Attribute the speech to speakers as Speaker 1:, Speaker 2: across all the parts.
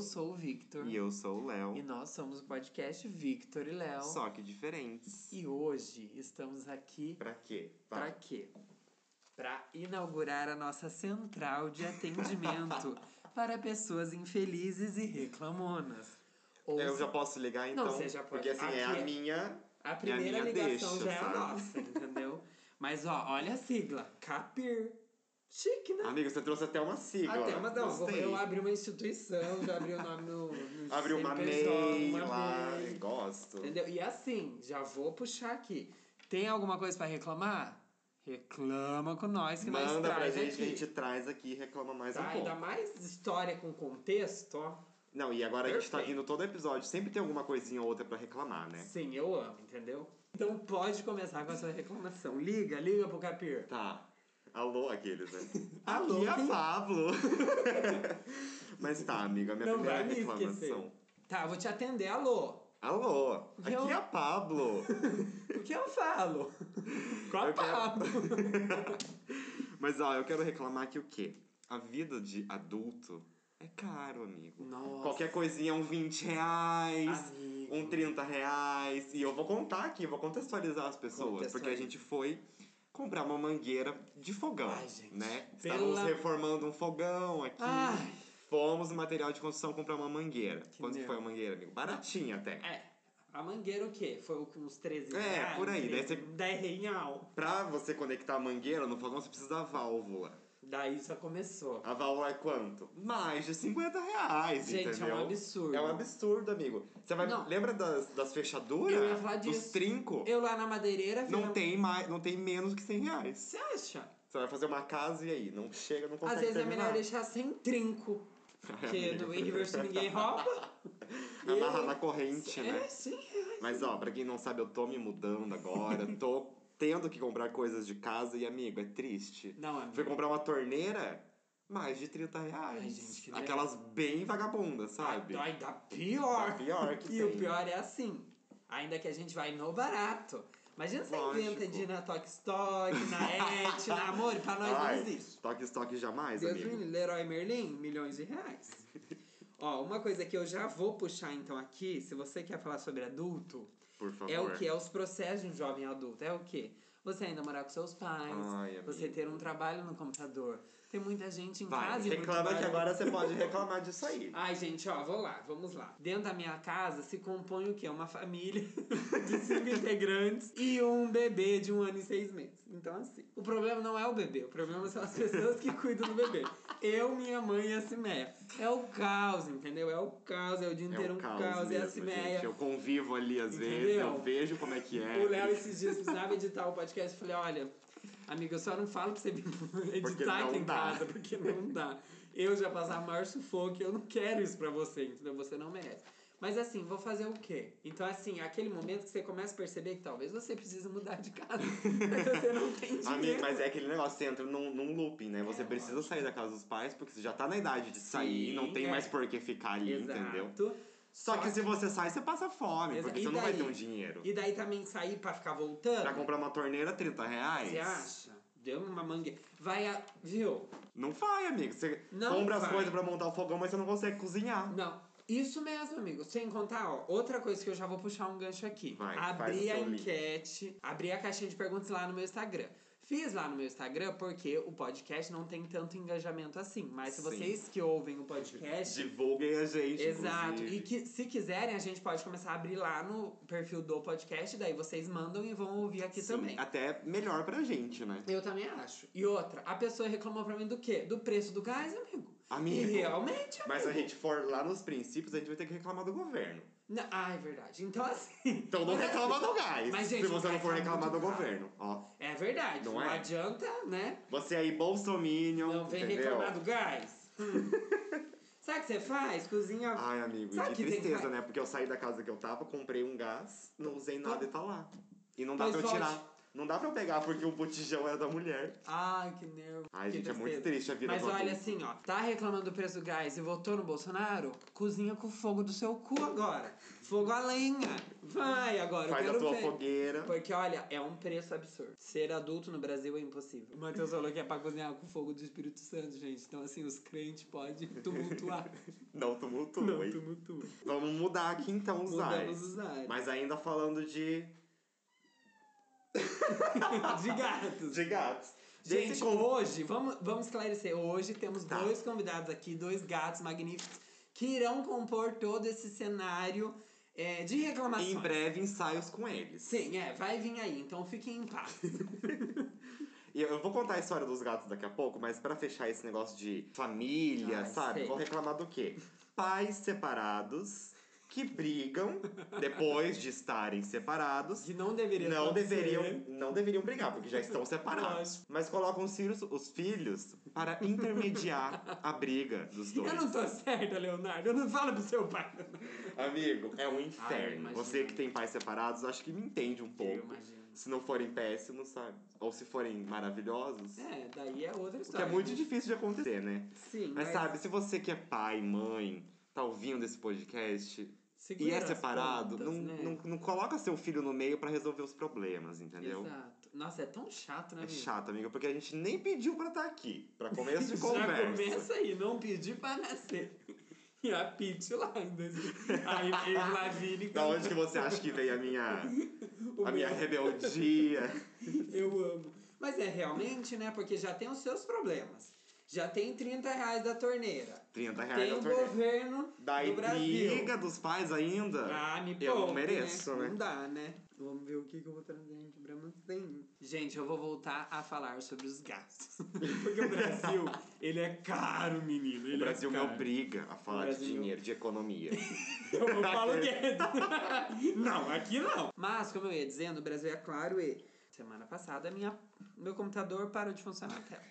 Speaker 1: sou o Victor.
Speaker 2: E eu sou o Léo.
Speaker 1: E nós somos o podcast Victor e Léo.
Speaker 2: Só que diferentes.
Speaker 1: E hoje estamos aqui
Speaker 2: Pra quê? Tá.
Speaker 1: para quê? Para inaugurar a nossa central de atendimento para pessoas infelizes e reclamonas. Ou
Speaker 2: É, Eu já
Speaker 1: se-
Speaker 2: posso ligar então?
Speaker 1: você já pode.
Speaker 2: Porque assim, é
Speaker 1: Aqui
Speaker 2: a
Speaker 1: é-
Speaker 2: minha.
Speaker 1: A primeira
Speaker 2: é a minha
Speaker 1: ligação
Speaker 2: deixa,
Speaker 1: já é a
Speaker 2: sabe?
Speaker 1: nossa, entendeu? Mas ó, olha a sigla, CAPIR. Chique, né?
Speaker 2: Amigo, você trouxe até uma sigla.
Speaker 1: Até, mas não, vou-
Speaker 2: Gostei.
Speaker 1: eu abri uma instituição, já abri o nome no. no
Speaker 2: Abriu uma
Speaker 1: CNPJ,
Speaker 2: MEI
Speaker 1: uma
Speaker 2: lá.
Speaker 1: MEI.
Speaker 2: Gosto.
Speaker 1: Entendeu? E assim, já vou puxar aqui. Tem alguma coisa pra reclamar? Reclama com nós que nós
Speaker 2: Manda pra
Speaker 1: traz
Speaker 2: gente,
Speaker 1: aqui.
Speaker 2: a gente traz aqui e reclama mais
Speaker 1: Tá?
Speaker 2: um pouco.
Speaker 1: Ainda mais história com contexto, ó.
Speaker 2: Não, e agora a gente tá
Speaker 1: Perfeito.
Speaker 2: indo todo episódio, sempre tem alguma coisinha ou outra pra reclamar, né?
Speaker 1: Sim, eu amo, entendeu? Então pode começar com a sua reclamação. Liga, liga pro Capir.
Speaker 2: Tá. Alô, aqueles, né?
Speaker 1: Alô,
Speaker 2: Aqui é a
Speaker 1: quem-
Speaker 2: Pablo. Mas tá, amigo, a minha
Speaker 1: Não
Speaker 2: primeira
Speaker 1: vai me esquecer.
Speaker 2: reclamação.
Speaker 1: Tá, vou te atender, alô.
Speaker 2: Alô, aqui
Speaker 1: Eu-
Speaker 2: é a Pablo.
Speaker 1: O que eu falo? Com a
Speaker 2: Eu quero-
Speaker 1: Pablo.
Speaker 2: Mas ó, eu quero reclamar que o quê? A vida de adulto é caro, amigo.
Speaker 1: Nossa.
Speaker 2: Qualquer coisinha é um 20 reais,
Speaker 1: Amigo.
Speaker 2: um 30 reais. E eu vou contar aqui, vou contextualizar as pessoas. Porque a
Speaker 1: Contextualiza.
Speaker 2: gente foi comprar uma mangueira de fogão,
Speaker 1: Ai, gente,
Speaker 2: né?
Speaker 1: pela-
Speaker 2: Estávamos reformando um fogão aqui.
Speaker 1: Ai.
Speaker 2: Fomos no material de construção comprar uma mangueira. Quanto que
Speaker 1: nervo.
Speaker 2: foi a mangueira, amigo? Baratinha até.
Speaker 1: É, a mangueira o quê? Foi o- uns 13
Speaker 2: É,
Speaker 1: reais?
Speaker 2: por aí, daí
Speaker 1: 13,
Speaker 2: você-
Speaker 1: 10 real.
Speaker 2: Pra você conectar a mangueira no fogão, você precisa da válvula.
Speaker 1: Daí só começou.
Speaker 2: A válvula é quanto? Mais de 50 reais,
Speaker 1: Gente, é um
Speaker 2: entendeu?
Speaker 1: absurdo.
Speaker 2: É um absurdo, amigo. Você vai...
Speaker 1: Não.
Speaker 2: Lembra das, das fechaduras?
Speaker 1: Eu ia falar
Speaker 2: Dos
Speaker 1: disso.
Speaker 2: trinco?
Speaker 1: Eu lá na madeireira... vi
Speaker 2: Não
Speaker 1: a-
Speaker 2: tem mais, não tem menos que 100 reais.
Speaker 1: Você acha?
Speaker 2: Você vai fazer uma casa e aí? Não chega, não consegue
Speaker 1: Às vezes é
Speaker 2: terminar.
Speaker 1: melhor deixar sem trinco. Porque
Speaker 2: amigo.
Speaker 1: no Inverso ninguém rouba.
Speaker 2: Amarrar
Speaker 1: E-
Speaker 2: na É corrente,
Speaker 1: É,
Speaker 2: né?
Speaker 1: sim.
Speaker 2: Mas ó, pra quem não sabe, eu tô me mudando agora. tô tendo que comprar coisas de casa e, amigo, é triste.
Speaker 1: Não, amigo.
Speaker 2: Fui comprar uma torneira... Mais de 30 reais.
Speaker 1: Ai, gente, que
Speaker 2: Aquelas bem vagabundas, sabe?
Speaker 1: Ai, dá pior.
Speaker 2: Dá pior que
Speaker 1: E
Speaker 2: tem.
Speaker 1: o pior é assim. Ainda que a gente vai no barato. Imagina você
Speaker 2: Lógico.
Speaker 1: inventa de ir na Tok Stock, na Et, na Amor. Pra nós
Speaker 2: Ai,
Speaker 1: não existe.
Speaker 2: Toque estoque jamais,
Speaker 1: Deus me
Speaker 2: amigo.
Speaker 1: livre, Leroy Merlin, milhões de reais. Ó, uma coisa que eu já vou puxar então aqui, se você quer falar sobre adulto,
Speaker 2: Por favor.
Speaker 1: é o que? É os processos de um jovem adulto. É o que? Você ainda morar com seus pais,
Speaker 2: Ai,
Speaker 1: você
Speaker 2: amigo.
Speaker 1: ter um trabalho no computador. Tem muita gente em
Speaker 2: Vai,
Speaker 1: casa e muito
Speaker 2: reclama que
Speaker 1: barulho.
Speaker 2: agora você pode reclamar disso aí.
Speaker 1: Ai, gente, ó, vou lá, vamos lá. Dentro da minha casa se compõe o quê? Uma família de cinco integrantes e um bebê de um ano e seis meses. Então, assim, o problema não é o bebê, o problema são as pessoas que cuidam do bebê. Eu, minha mãe e a Cimeia. É o caos, entendeu? É o caos, é o dia inteiro um caos, é a
Speaker 2: mesmo,
Speaker 1: Cimeia.
Speaker 2: gente. Eu convivo ali às vezes,
Speaker 1: Entendeu?
Speaker 2: eu vejo como é que é.
Speaker 1: O Léo esses dias precisava editar o podcast. Eu falei, olha, amigo, eu só não falo pra você vir
Speaker 2: Porque
Speaker 1: editar
Speaker 2: não
Speaker 1: aqui em
Speaker 2: dá.
Speaker 1: casa, porque não dá. Eu já passava o maior sufoco, eu não quero isso pra você, entendeu? Você não merece. Mas assim, vou fazer o quê? Então, assim, é aquele momento que você começa a perceber que talvez você precise mudar de casa. você não tem dinheiro.
Speaker 2: Amigo, mas é aquele negócio, você entra num, num looping, né? Você precisa sair da casa dos pais, porque você já tá na idade de sair,
Speaker 1: Sim,
Speaker 2: não tem
Speaker 1: é.
Speaker 2: mais por que ficar ali,
Speaker 1: Exato.
Speaker 2: entendeu? Só que se você sai, você passa fome,
Speaker 1: Exa-
Speaker 2: porque você
Speaker 1: e
Speaker 2: não vai
Speaker 1: daí?
Speaker 2: ter um dinheiro.
Speaker 1: E daí também sair pra ficar voltando.
Speaker 2: Pra comprar uma torneira, 30 reais.
Speaker 1: Você acha? Deu uma mangueira. Vai a. Viu?
Speaker 2: Não vai, amigo. Você
Speaker 1: Não
Speaker 2: compra as
Speaker 1: vai.
Speaker 2: coisas pra montar o fogão, mas você não consegue cozinhar.
Speaker 1: Não, isso mesmo, amigo. Sem contar, ó, outra coisa que eu já vou puxar um gancho aqui.
Speaker 2: Vai, faz o
Speaker 1: abri a
Speaker 2: seu link.
Speaker 1: enquete, abri a caixinha de perguntas lá no meu Instagram. Fiz lá no meu Instagram porque o podcast não tem tanto engajamento assim. Mas se
Speaker 2: Sim.
Speaker 1: vocês que ouvem o podcast.
Speaker 2: Divulguem a gente.
Speaker 1: É. Exato.
Speaker 2: inclusive.
Speaker 1: E que se quiserem, a gente pode começar a abrir lá no perfil do podcast, daí vocês mandam e vão ouvir aqui
Speaker 2: Sim,
Speaker 1: também.
Speaker 2: Até melhor pra gente, né?
Speaker 1: Eu também acho. E outra, a pessoa reclamou pra mim do quê? Do preço do gás, amigo.
Speaker 2: Amigo.
Speaker 1: E realmente, amigo.
Speaker 2: Mas se a gente for lá nos princípios, a gente vai ter que reclamar do governo.
Speaker 1: Não, ah, é verdade. Então, assim.
Speaker 2: Então não reclama do gás.
Speaker 1: Mas, gente,
Speaker 2: se você
Speaker 1: o
Speaker 2: não
Speaker 1: gás
Speaker 2: for
Speaker 1: tá
Speaker 2: reclamar do
Speaker 1: muito caro.
Speaker 2: governo. Ó.
Speaker 1: É verdade.
Speaker 2: Não
Speaker 1: Não,
Speaker 2: é?
Speaker 1: adianta, né?
Speaker 2: Você aí, Bolsominion.
Speaker 1: Não vem
Speaker 2: entendeu?
Speaker 1: reclamar do gás. Hum. Sabe o que você faz? Cozinha.
Speaker 2: Ai, amigo,
Speaker 1: Sabe
Speaker 2: e que
Speaker 1: que tem
Speaker 2: tristeza,
Speaker 1: gás?
Speaker 2: né? Porque eu saí da casa que eu tava, comprei um gás, não usei nada e tá lá. E não dá
Speaker 1: Mas
Speaker 2: pra eu
Speaker 1: volte-
Speaker 2: tirar. Não dá pra pegar porque o botijão era da mulher.
Speaker 1: Ai, que nervo.
Speaker 2: Ai,
Speaker 1: que
Speaker 2: gente, é muito
Speaker 1: tristeza.
Speaker 2: triste a vida
Speaker 1: Mas
Speaker 2: do
Speaker 1: olha
Speaker 2: adulto.
Speaker 1: assim, ó, tá reclamando do preço do gás e votou no Bolsonaro? Cozinha com fogo do seu cu agora. Fogo a lenha. Vai agora,
Speaker 2: Faz
Speaker 1: eu
Speaker 2: a
Speaker 1: quero
Speaker 2: tua
Speaker 1: ver.
Speaker 2: fogueira.
Speaker 1: Porque, olha, é um preço absurdo. Ser adulto no Brasil é impossível. O Matheus falou que é pra cozinhar com fogo do Espírito Santo, gente. Então, assim, os crentes podem tumultuar.
Speaker 2: Não
Speaker 1: Não,
Speaker 2: tumultue.
Speaker 1: tumultua.
Speaker 2: Vamos mudar aqui então os
Speaker 1: Mudamos
Speaker 2: ares.
Speaker 1: os ares.
Speaker 2: Mas ainda falando de,
Speaker 1: De gatos.
Speaker 2: de gatos. Desse
Speaker 1: Gente,
Speaker 2: con-
Speaker 1: hoje, vamos, vamos esclarecer. Hoje temos
Speaker 2: Tá.
Speaker 1: dois convidados aqui, dois gatos magníficos, que irão compor todo esse cenário é, de reclamações.
Speaker 2: Em breve, ensaios com eles.
Speaker 1: Sim, é, vai vir aí, então fiquem em paz.
Speaker 2: E eu vou contar a história dos gatos daqui a pouco, mas pra fechar esse negócio de família,
Speaker 1: Ai,
Speaker 2: sabe?
Speaker 1: sei.
Speaker 2: Vou reclamar do quê? Pais separados que brigam depois de estarem separados.
Speaker 1: Que não deveria
Speaker 2: Não
Speaker 1: acontecer.
Speaker 2: deveriam, não deveriam brigar, porque já estão separados.
Speaker 1: Lógico.
Speaker 2: Mas colocam os filhos, os filhos para intermediar a briga dos dois.
Speaker 1: Eu não tô certa, Leonardo. Eu não falo pro seu pai.
Speaker 2: Amigo, é um
Speaker 1: eu
Speaker 2: inferno.
Speaker 1: imagino.
Speaker 2: Você que tem pais separados, acho que me entende um
Speaker 1: Eu
Speaker 2: pouco.
Speaker 1: imagino.
Speaker 2: Se não forem péssimos, sabe? Ou se forem maravilhosos.
Speaker 1: É, daí é outra
Speaker 2: O que é
Speaker 1: história.
Speaker 2: muito
Speaker 1: né?
Speaker 2: difícil de acontecer, né?
Speaker 1: Sim,
Speaker 2: Mas
Speaker 1: mas
Speaker 2: sabe, se você que é pai, mãe, tá ouvindo esse podcast e
Speaker 1: segura
Speaker 2: é
Speaker 1: as
Speaker 2: separado,
Speaker 1: pontas,
Speaker 2: não,
Speaker 1: né?
Speaker 2: não, não coloca seu filho no meio pra resolver os problemas, entendeu?
Speaker 1: Exato. Nossa, é tão chato, né,
Speaker 2: É
Speaker 1: amigo?
Speaker 2: chato, amigo, porque a gente nem pediu pra estar aqui. Pra começo de
Speaker 1: Já
Speaker 2: conversa.
Speaker 1: começa aí, não pedi pra nascer. E a Pitty lá em dois- Aí veio Lavigne
Speaker 2: Da onde que você acha que veio a minha,
Speaker 1: o
Speaker 2: a minha
Speaker 1: meu.
Speaker 2: rebeldia?
Speaker 1: Eu amo. Mas é realmente, né? Porque já tem os seus problemas. Já tem 30 reais da torneira.
Speaker 2: 30 reais
Speaker 1: Tem
Speaker 2: na
Speaker 1: o
Speaker 2: É, torneira.
Speaker 1: governo
Speaker 2: Daí
Speaker 1: do Brasil.
Speaker 2: briga dos pais ainda.
Speaker 1: Ah, me
Speaker 2: Eu não
Speaker 1: poupe,
Speaker 2: mereço, né?
Speaker 1: Não dá, né? Vamos ver o que, que eu vou trazer aqui pra mantém. Gente, eu vou voltar a falar sobre os gastos. Porque o Brasil, ele é caro, menino. Ele
Speaker 2: o Brasil
Speaker 1: é
Speaker 2: me
Speaker 1: caro.
Speaker 2: obriga a falar
Speaker 1: O
Speaker 2: de
Speaker 1: Brasil-
Speaker 2: dinheiro, de economia.
Speaker 1: Eu falo Guedes. não, aqui não. Mas, como eu ia dizendo, o Brasil é claro e... Semana passada, minha, meu computador parou de funcionar a tela.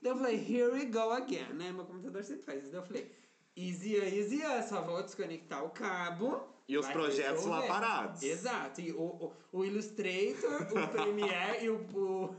Speaker 1: Daí eu falei, here we go again, né? Meu computador sempre faz isso. Daí eu falei, easy, easy, só vou desconectar o cabo.
Speaker 2: E os
Speaker 1: vai
Speaker 2: projetos lá
Speaker 1: resolver.
Speaker 2: parados.
Speaker 1: Exato. E o, o, o Illustrator, o Premiere e o, o,
Speaker 2: O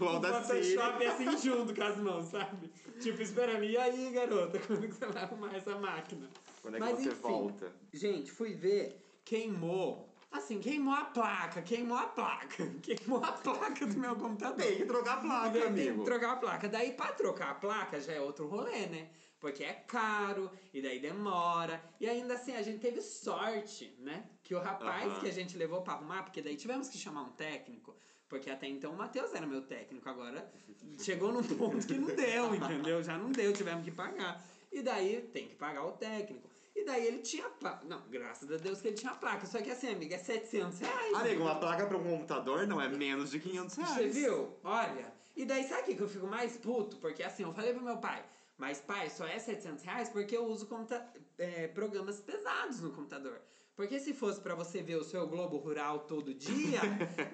Speaker 1: o
Speaker 2: Audacity.
Speaker 1: Photoshop é assim junto com as mãos, sabe? Tipo, esperando. E aí, garota, quando que você vai arrumar essa máquina?
Speaker 2: Quando é que
Speaker 1: Mas,
Speaker 2: você
Speaker 1: enfim.
Speaker 2: volta?
Speaker 1: Gente, fui ver, queimou. Assim, queimou a placa, queimou a placa. Queimou a placa do meu computador.
Speaker 2: Tem que trocar a
Speaker 1: Daí
Speaker 2: placa,
Speaker 1: tem que
Speaker 2: amigo.
Speaker 1: trocar a placa. Daí, pra trocar a placa, já é outro rolê, né? Porque é caro, e daí demora. E ainda assim, a gente teve sorte, né? Que o rapaz
Speaker 2: Aham.
Speaker 1: que a gente levou pra arrumar, porque daí tivemos que chamar um técnico. Porque até então o Matheus era meu técnico, agora chegou num ponto que não deu, entendeu? Já não deu, tivemos que pagar. E daí tem que pagar o técnico. E daí ele tinha placa. Não, graças a Deus que ele tinha placa. Só que assim, amiga, é 700 reais.
Speaker 2: Amigo, uma placa pra um computador não é menos de 500 reais.
Speaker 1: Você viu? Olha. E daí, sabe o que que eu fico mais puto? Porque assim, eu falei pro meu pai, mas pai, só é 700 reais porque eu uso computa- é, programas pesados no computador. Porque se fosse pra você ver o seu Globo Rural todo dia,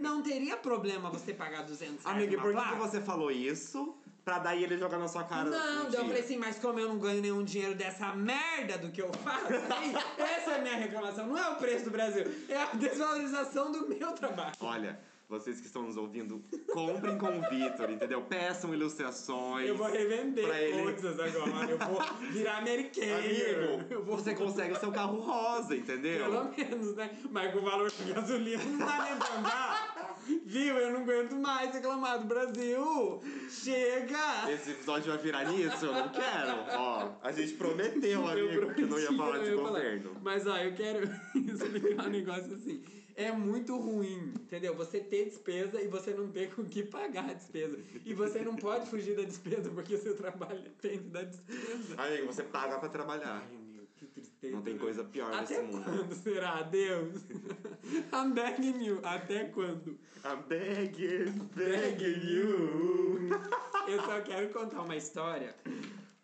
Speaker 1: não teria problema você pagar 200 reais
Speaker 2: Amigo, e
Speaker 1: numa
Speaker 2: por que,
Speaker 1: placa.
Speaker 2: que você falou isso? Pra daí ele jogar na sua cara
Speaker 1: Não, daí
Speaker 2: um
Speaker 1: eu
Speaker 2: dia.
Speaker 1: falei assim, mas como eu não ganho nenhum dinheiro dessa merda do que eu faço, aí, essa é a minha reclamação. Não é o preço do Brasil, é a desvalorização do meu trabalho.
Speaker 2: Olha, vocês que estão nos ouvindo, comprem com o Vitor, entendeu? Peçam ilustrações.
Speaker 1: Eu vou revender
Speaker 2: pra ele.
Speaker 1: coisas agora. Eu vou virar americano.
Speaker 2: Amigo, você consegue o seu carro rosa, entendeu?
Speaker 1: Pelo menos, né? Mas com o valor de gasolina não dá nem pra andar. Viu? Eu não aguento mais reclamar do Brasil. Chega!
Speaker 2: Esse episódio vai virar nisso? Eu não quero. Ó, a gente prometeu,
Speaker 1: Eu
Speaker 2: amigo, que não ia
Speaker 1: prometi
Speaker 2: falar
Speaker 1: eu
Speaker 2: de
Speaker 1: ia falar.
Speaker 2: governo.
Speaker 1: Mas, ó, eu quero explicar um negócio assim. É muito ruim, entendeu? Você ter despesa e você não ter com o que pagar a despesa. E você não pode fugir da despesa porque seu trabalho depende da despesa.
Speaker 2: Amigo, você paga pra trabalhar.
Speaker 1: Ai, meu, que tristeza.
Speaker 2: Não tem
Speaker 1: né?
Speaker 2: coisa pior
Speaker 1: Até
Speaker 2: nesse mundo.
Speaker 1: quando será? Deus? I'm begging you. Até quando?
Speaker 2: I'm begging, begging you.
Speaker 1: Eu só quero contar uma história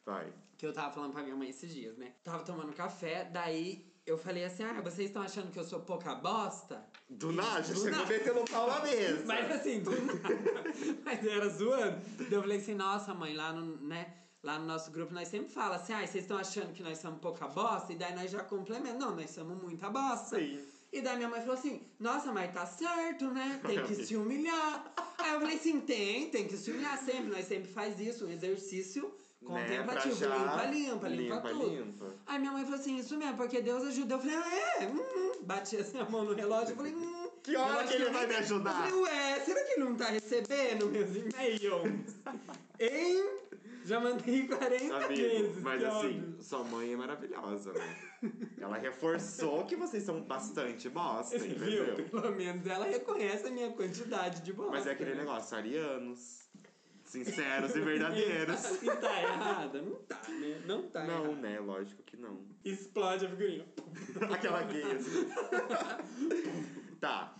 Speaker 2: Vai.
Speaker 1: que eu tava falando pra minha mãe esses dias, né? Tava tomando café, daí eu falei assim: ah, vocês estão achando que eu sou pouca bosta?
Speaker 2: Do nada,
Speaker 1: Do
Speaker 2: chegou
Speaker 1: nada.
Speaker 2: metendo o pau na mesa.
Speaker 1: Mas assim, do nada. Mas era zoando. Daí eu falei assim, nossa, mãe, lá no, né, lá no nosso grupo nós sempre fala assim, ai, vocês estão achando que nós somos pouca bosta? E daí nós já complementamos. Não, nós somos muita bosta.
Speaker 2: Sim.
Speaker 1: E daí minha mãe falou assim: Nossa, mas tá certo, né? Tem que se humilhar. Aí eu falei assim: Tem, tem que se humilhar sempre. Nós sempre faz isso, um exercício contemplativo.
Speaker 2: Né, Pra já-
Speaker 1: Limpa, limpa, limpa, tudo.
Speaker 2: limpa.
Speaker 1: Aí minha mãe falou assim: Isso mesmo, porque Deus ajuda. Eu falei: ah, É, hum. Bati assim a mão no relógio. Eu falei: Hum.
Speaker 2: Que hora
Speaker 1: eu acho
Speaker 2: que ele
Speaker 1: eu
Speaker 2: vai
Speaker 1: nem-
Speaker 2: me ajudar?
Speaker 1: Eu falei: Ué, será que ele não tá recebendo meus e-mails? hein? Já mandei 40
Speaker 2: Amigo,
Speaker 1: vezes.
Speaker 2: mas
Speaker 1: que
Speaker 2: assim,
Speaker 1: ódio.
Speaker 2: sua mãe é maravilhosa, né? Ela reforçou que vocês são bastante bosta,
Speaker 1: Você viu?
Speaker 2: entendeu?
Speaker 1: Pelo menos ela reconhece a minha quantidade de bosta.
Speaker 2: Mas é aquele
Speaker 1: né?
Speaker 2: negócio, arianos, sinceros e verdadeiros.
Speaker 1: E tá errada? Não tá, né? Não tá
Speaker 2: Não,
Speaker 1: errada.
Speaker 2: né? Lógico que não.
Speaker 1: Explode a figurinha.
Speaker 2: Aquela gay, assim. tá.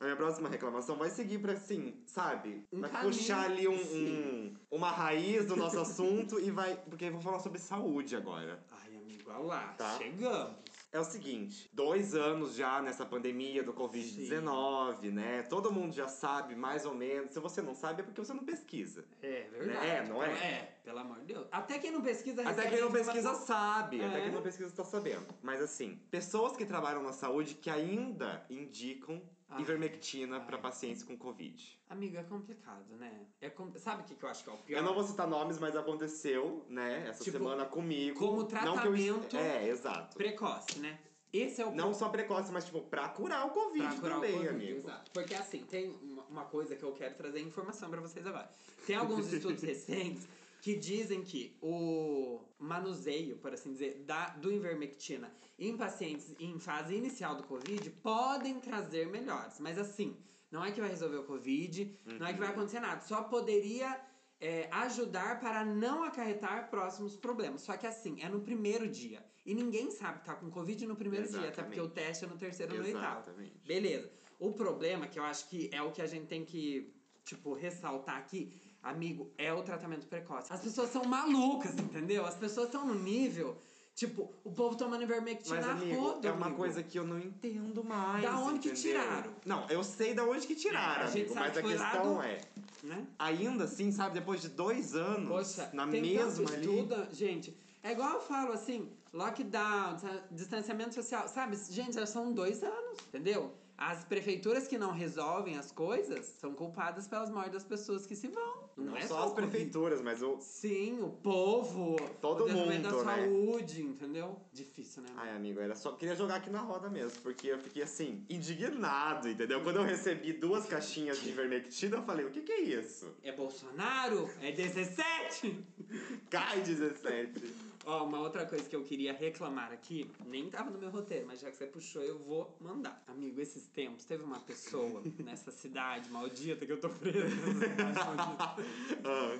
Speaker 2: A minha próxima reclamação vai seguir pra, assim, sabe?
Speaker 1: Um
Speaker 2: Vai
Speaker 1: caminho,
Speaker 2: puxar ali um,
Speaker 1: sim.
Speaker 2: um- uma raiz do nosso assunto e vai... Porque eu vou falar sobre saúde agora.
Speaker 1: Ai, amigo, olha lá.
Speaker 2: Tá.
Speaker 1: Chegamos.
Speaker 2: É o seguinte, dois anos já nessa pandemia do Covid-19, né? Todo mundo já sabe, mais ou menos. Se você não sabe, é porque você não pesquisa.
Speaker 1: É verdade.
Speaker 2: É, não é?
Speaker 1: Pelo- É, pelo amor de Deus. Até quem não pesquisa
Speaker 2: Até
Speaker 1: recebe
Speaker 2: quem não
Speaker 1: informação.
Speaker 2: pesquisa sabe, até
Speaker 1: É.
Speaker 2: quem não pesquisa tá sabendo. Mas assim, pessoas que trabalham na saúde que ainda indicam
Speaker 1: Ah.
Speaker 2: ivermectina pra
Speaker 1: Ai.
Speaker 2: pacientes com Covid.
Speaker 1: Amigo, é complicado, né? É com- Sabe o que, que eu acho que é o pior?
Speaker 2: Eu não vou citar nomes, mas aconteceu, né? Essa
Speaker 1: Tipo,
Speaker 2: semana comigo.
Speaker 1: como
Speaker 2: Não que eu es-
Speaker 1: tratamento-
Speaker 2: É, exato.
Speaker 1: Precoce, né? Esse é o
Speaker 2: Não só precoce, mas tipo, pra curar o Covid
Speaker 1: Pra curar o
Speaker 2: também,
Speaker 1: Covid,
Speaker 2: amigo.
Speaker 1: Exato. Porque assim, tem uma, uma coisa que eu quero trazer informação pra vocês agora. Tem alguns estudos recentes que dizem que o manuseio, por assim dizer, da, do ivermectina em pacientes em fase inicial do Covid podem trazer melhores. Mas assim, não é que vai resolver o Covid, não é que vai
Speaker 2: Uhum.
Speaker 1: acontecer nada. Só poderia é, ajudar para não acarretar próximos problemas. Só que assim, é no primeiro dia. E ninguém sabe que tá com Covid no primeiro dia, até porque o
Speaker 2: Exatamente.
Speaker 1: teste é no terceiro ou no oitavo.
Speaker 2: Exatamente.
Speaker 1: Beleza. O problema, que eu acho que é o que a gente tem que, tipo, ressaltar aqui, amigo, é o tratamento precoce. As pessoas são malucas, entendeu? As pessoas estão no nível, tipo, o povo tomando ivermectina
Speaker 2: Mas,
Speaker 1: a
Speaker 2: amigo,
Speaker 1: rodo,
Speaker 2: é uma
Speaker 1: amigo.
Speaker 2: coisa que eu não entendo mais.
Speaker 1: Da onde que
Speaker 2: entendeu?
Speaker 1: tiraram?
Speaker 2: Não, eu sei da onde que
Speaker 1: É,
Speaker 2: tiraram,
Speaker 1: a gente
Speaker 2: amigo,
Speaker 1: sabe
Speaker 2: mas
Speaker 1: que
Speaker 2: a
Speaker 1: foi lá
Speaker 2: questão
Speaker 1: do-
Speaker 2: é.
Speaker 1: Né?
Speaker 2: Ainda assim, sabe, depois de dois anos,
Speaker 1: Poxa,
Speaker 2: hum, na
Speaker 1: tem
Speaker 2: mesma
Speaker 1: tanto
Speaker 2: ali.
Speaker 1: estudo, gente. É igual eu falo assim, lockdown, dista- distanciamento social, sabe? Gente, já são dois anos, entendeu? As prefeituras que não resolvem as coisas são culpadas pelas mortes das pessoas que se vão. Não,
Speaker 2: Não,
Speaker 1: é
Speaker 2: só as
Speaker 1: o Covid.
Speaker 2: prefeituras, mas o.
Speaker 1: Sim, o povo.
Speaker 2: Todo
Speaker 1: o desenvolvimento
Speaker 2: mundo,
Speaker 1: da
Speaker 2: né?
Speaker 1: saúde, entendeu? Difícil, né?
Speaker 2: Ai, amigo, era só. Queria jogar aqui na roda mesmo, porque eu fiquei assim, indignado, entendeu? Quando eu recebi duas caixinhas de vermectina, eu falei, o que que é isso?
Speaker 1: É Bolsonaro? É 17?
Speaker 2: Cai 17.
Speaker 1: Ó, uma outra coisa que eu queria reclamar aqui, nem tava no meu roteiro, mas já que você puxou, eu vou mandar. Amigo, esses tempos teve uma pessoa nessa cidade maldita que eu tô preso nessa cidade maldita.
Speaker 2: Ah,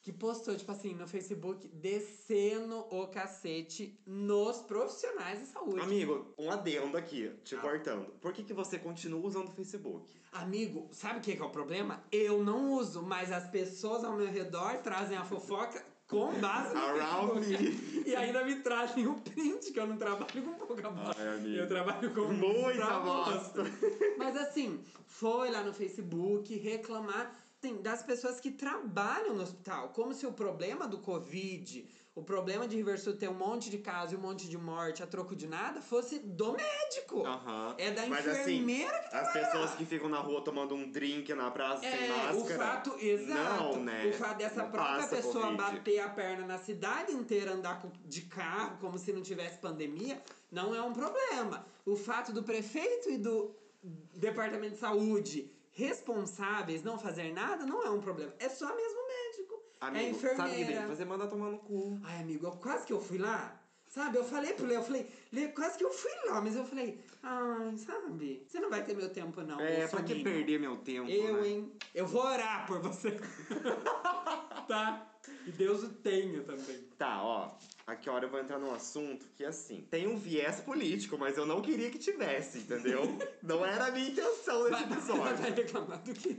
Speaker 1: que postou, tipo assim, no Facebook, descendo o cacete nos profissionais da saúde.
Speaker 2: Amigo, um adendo aqui, te
Speaker 1: Ah.
Speaker 2: cortando. Por que, que você continua usando o Facebook?
Speaker 1: Amigo, sabe o que, que é o problema? Eu não uso, mas as pessoas ao meu redor trazem a fofoca com base no
Speaker 2: Around
Speaker 1: Facebook. E ainda me trazem o print, que eu não trabalho com pouca bosta.
Speaker 2: Ai, amigo.
Speaker 1: eu trabalho com
Speaker 2: Muita
Speaker 1: muita
Speaker 2: bosta.
Speaker 1: Mas assim, foi lá no Facebook reclamar assim, das pessoas que trabalham no hospital. Como se o problema do Covid, o problema de Riversul ter um monte de casos e um monte de morte a troco de nada, fosse do médico.
Speaker 2: Aham.
Speaker 1: É da
Speaker 2: Mas, assim,
Speaker 1: enfermeira que
Speaker 2: As
Speaker 1: trabalha
Speaker 2: pessoas
Speaker 1: lá.
Speaker 2: que ficam na rua tomando um drink na praça sem
Speaker 1: É,
Speaker 2: máscara.
Speaker 1: o fato, exato.
Speaker 2: Não, né?
Speaker 1: O fato dessa
Speaker 2: Não
Speaker 1: própria
Speaker 2: passa
Speaker 1: pessoa
Speaker 2: Covid.
Speaker 1: bater a perna na cidade inteira, andar com- de carro como se não tivesse pandemia, não é um problema. O fato do prefeito e do departamento de saúde responsáveis não fazer nada não é um problema. É só mesmo o médico. é a
Speaker 2: Amigo,
Speaker 1: enfermeira.
Speaker 2: sabe o que tem que fazer? Manda tomar no cu.
Speaker 1: Ai, amigo, eu quase que eu fui lá. Sabe, eu falei pro Lê, eu falei, Lê, quase que eu fui lá, mas eu falei, ai, sabe, você não vai ter meu tempo, não.
Speaker 2: é, pra que
Speaker 1: bolsominion."
Speaker 2: perder meu tempo,
Speaker 1: Eu,
Speaker 2: né?
Speaker 1: hein? Eu vou orar por você. tá? E Deus o tenha também.
Speaker 2: Tá, ó. Aqui, hora eu vou entrar num assunto que, assim, tem um viés político, mas eu não queria que tivesse, entendeu? não era a minha intenção nesse
Speaker 1: Vai, vai
Speaker 2: episódio.
Speaker 1: reclamar do que?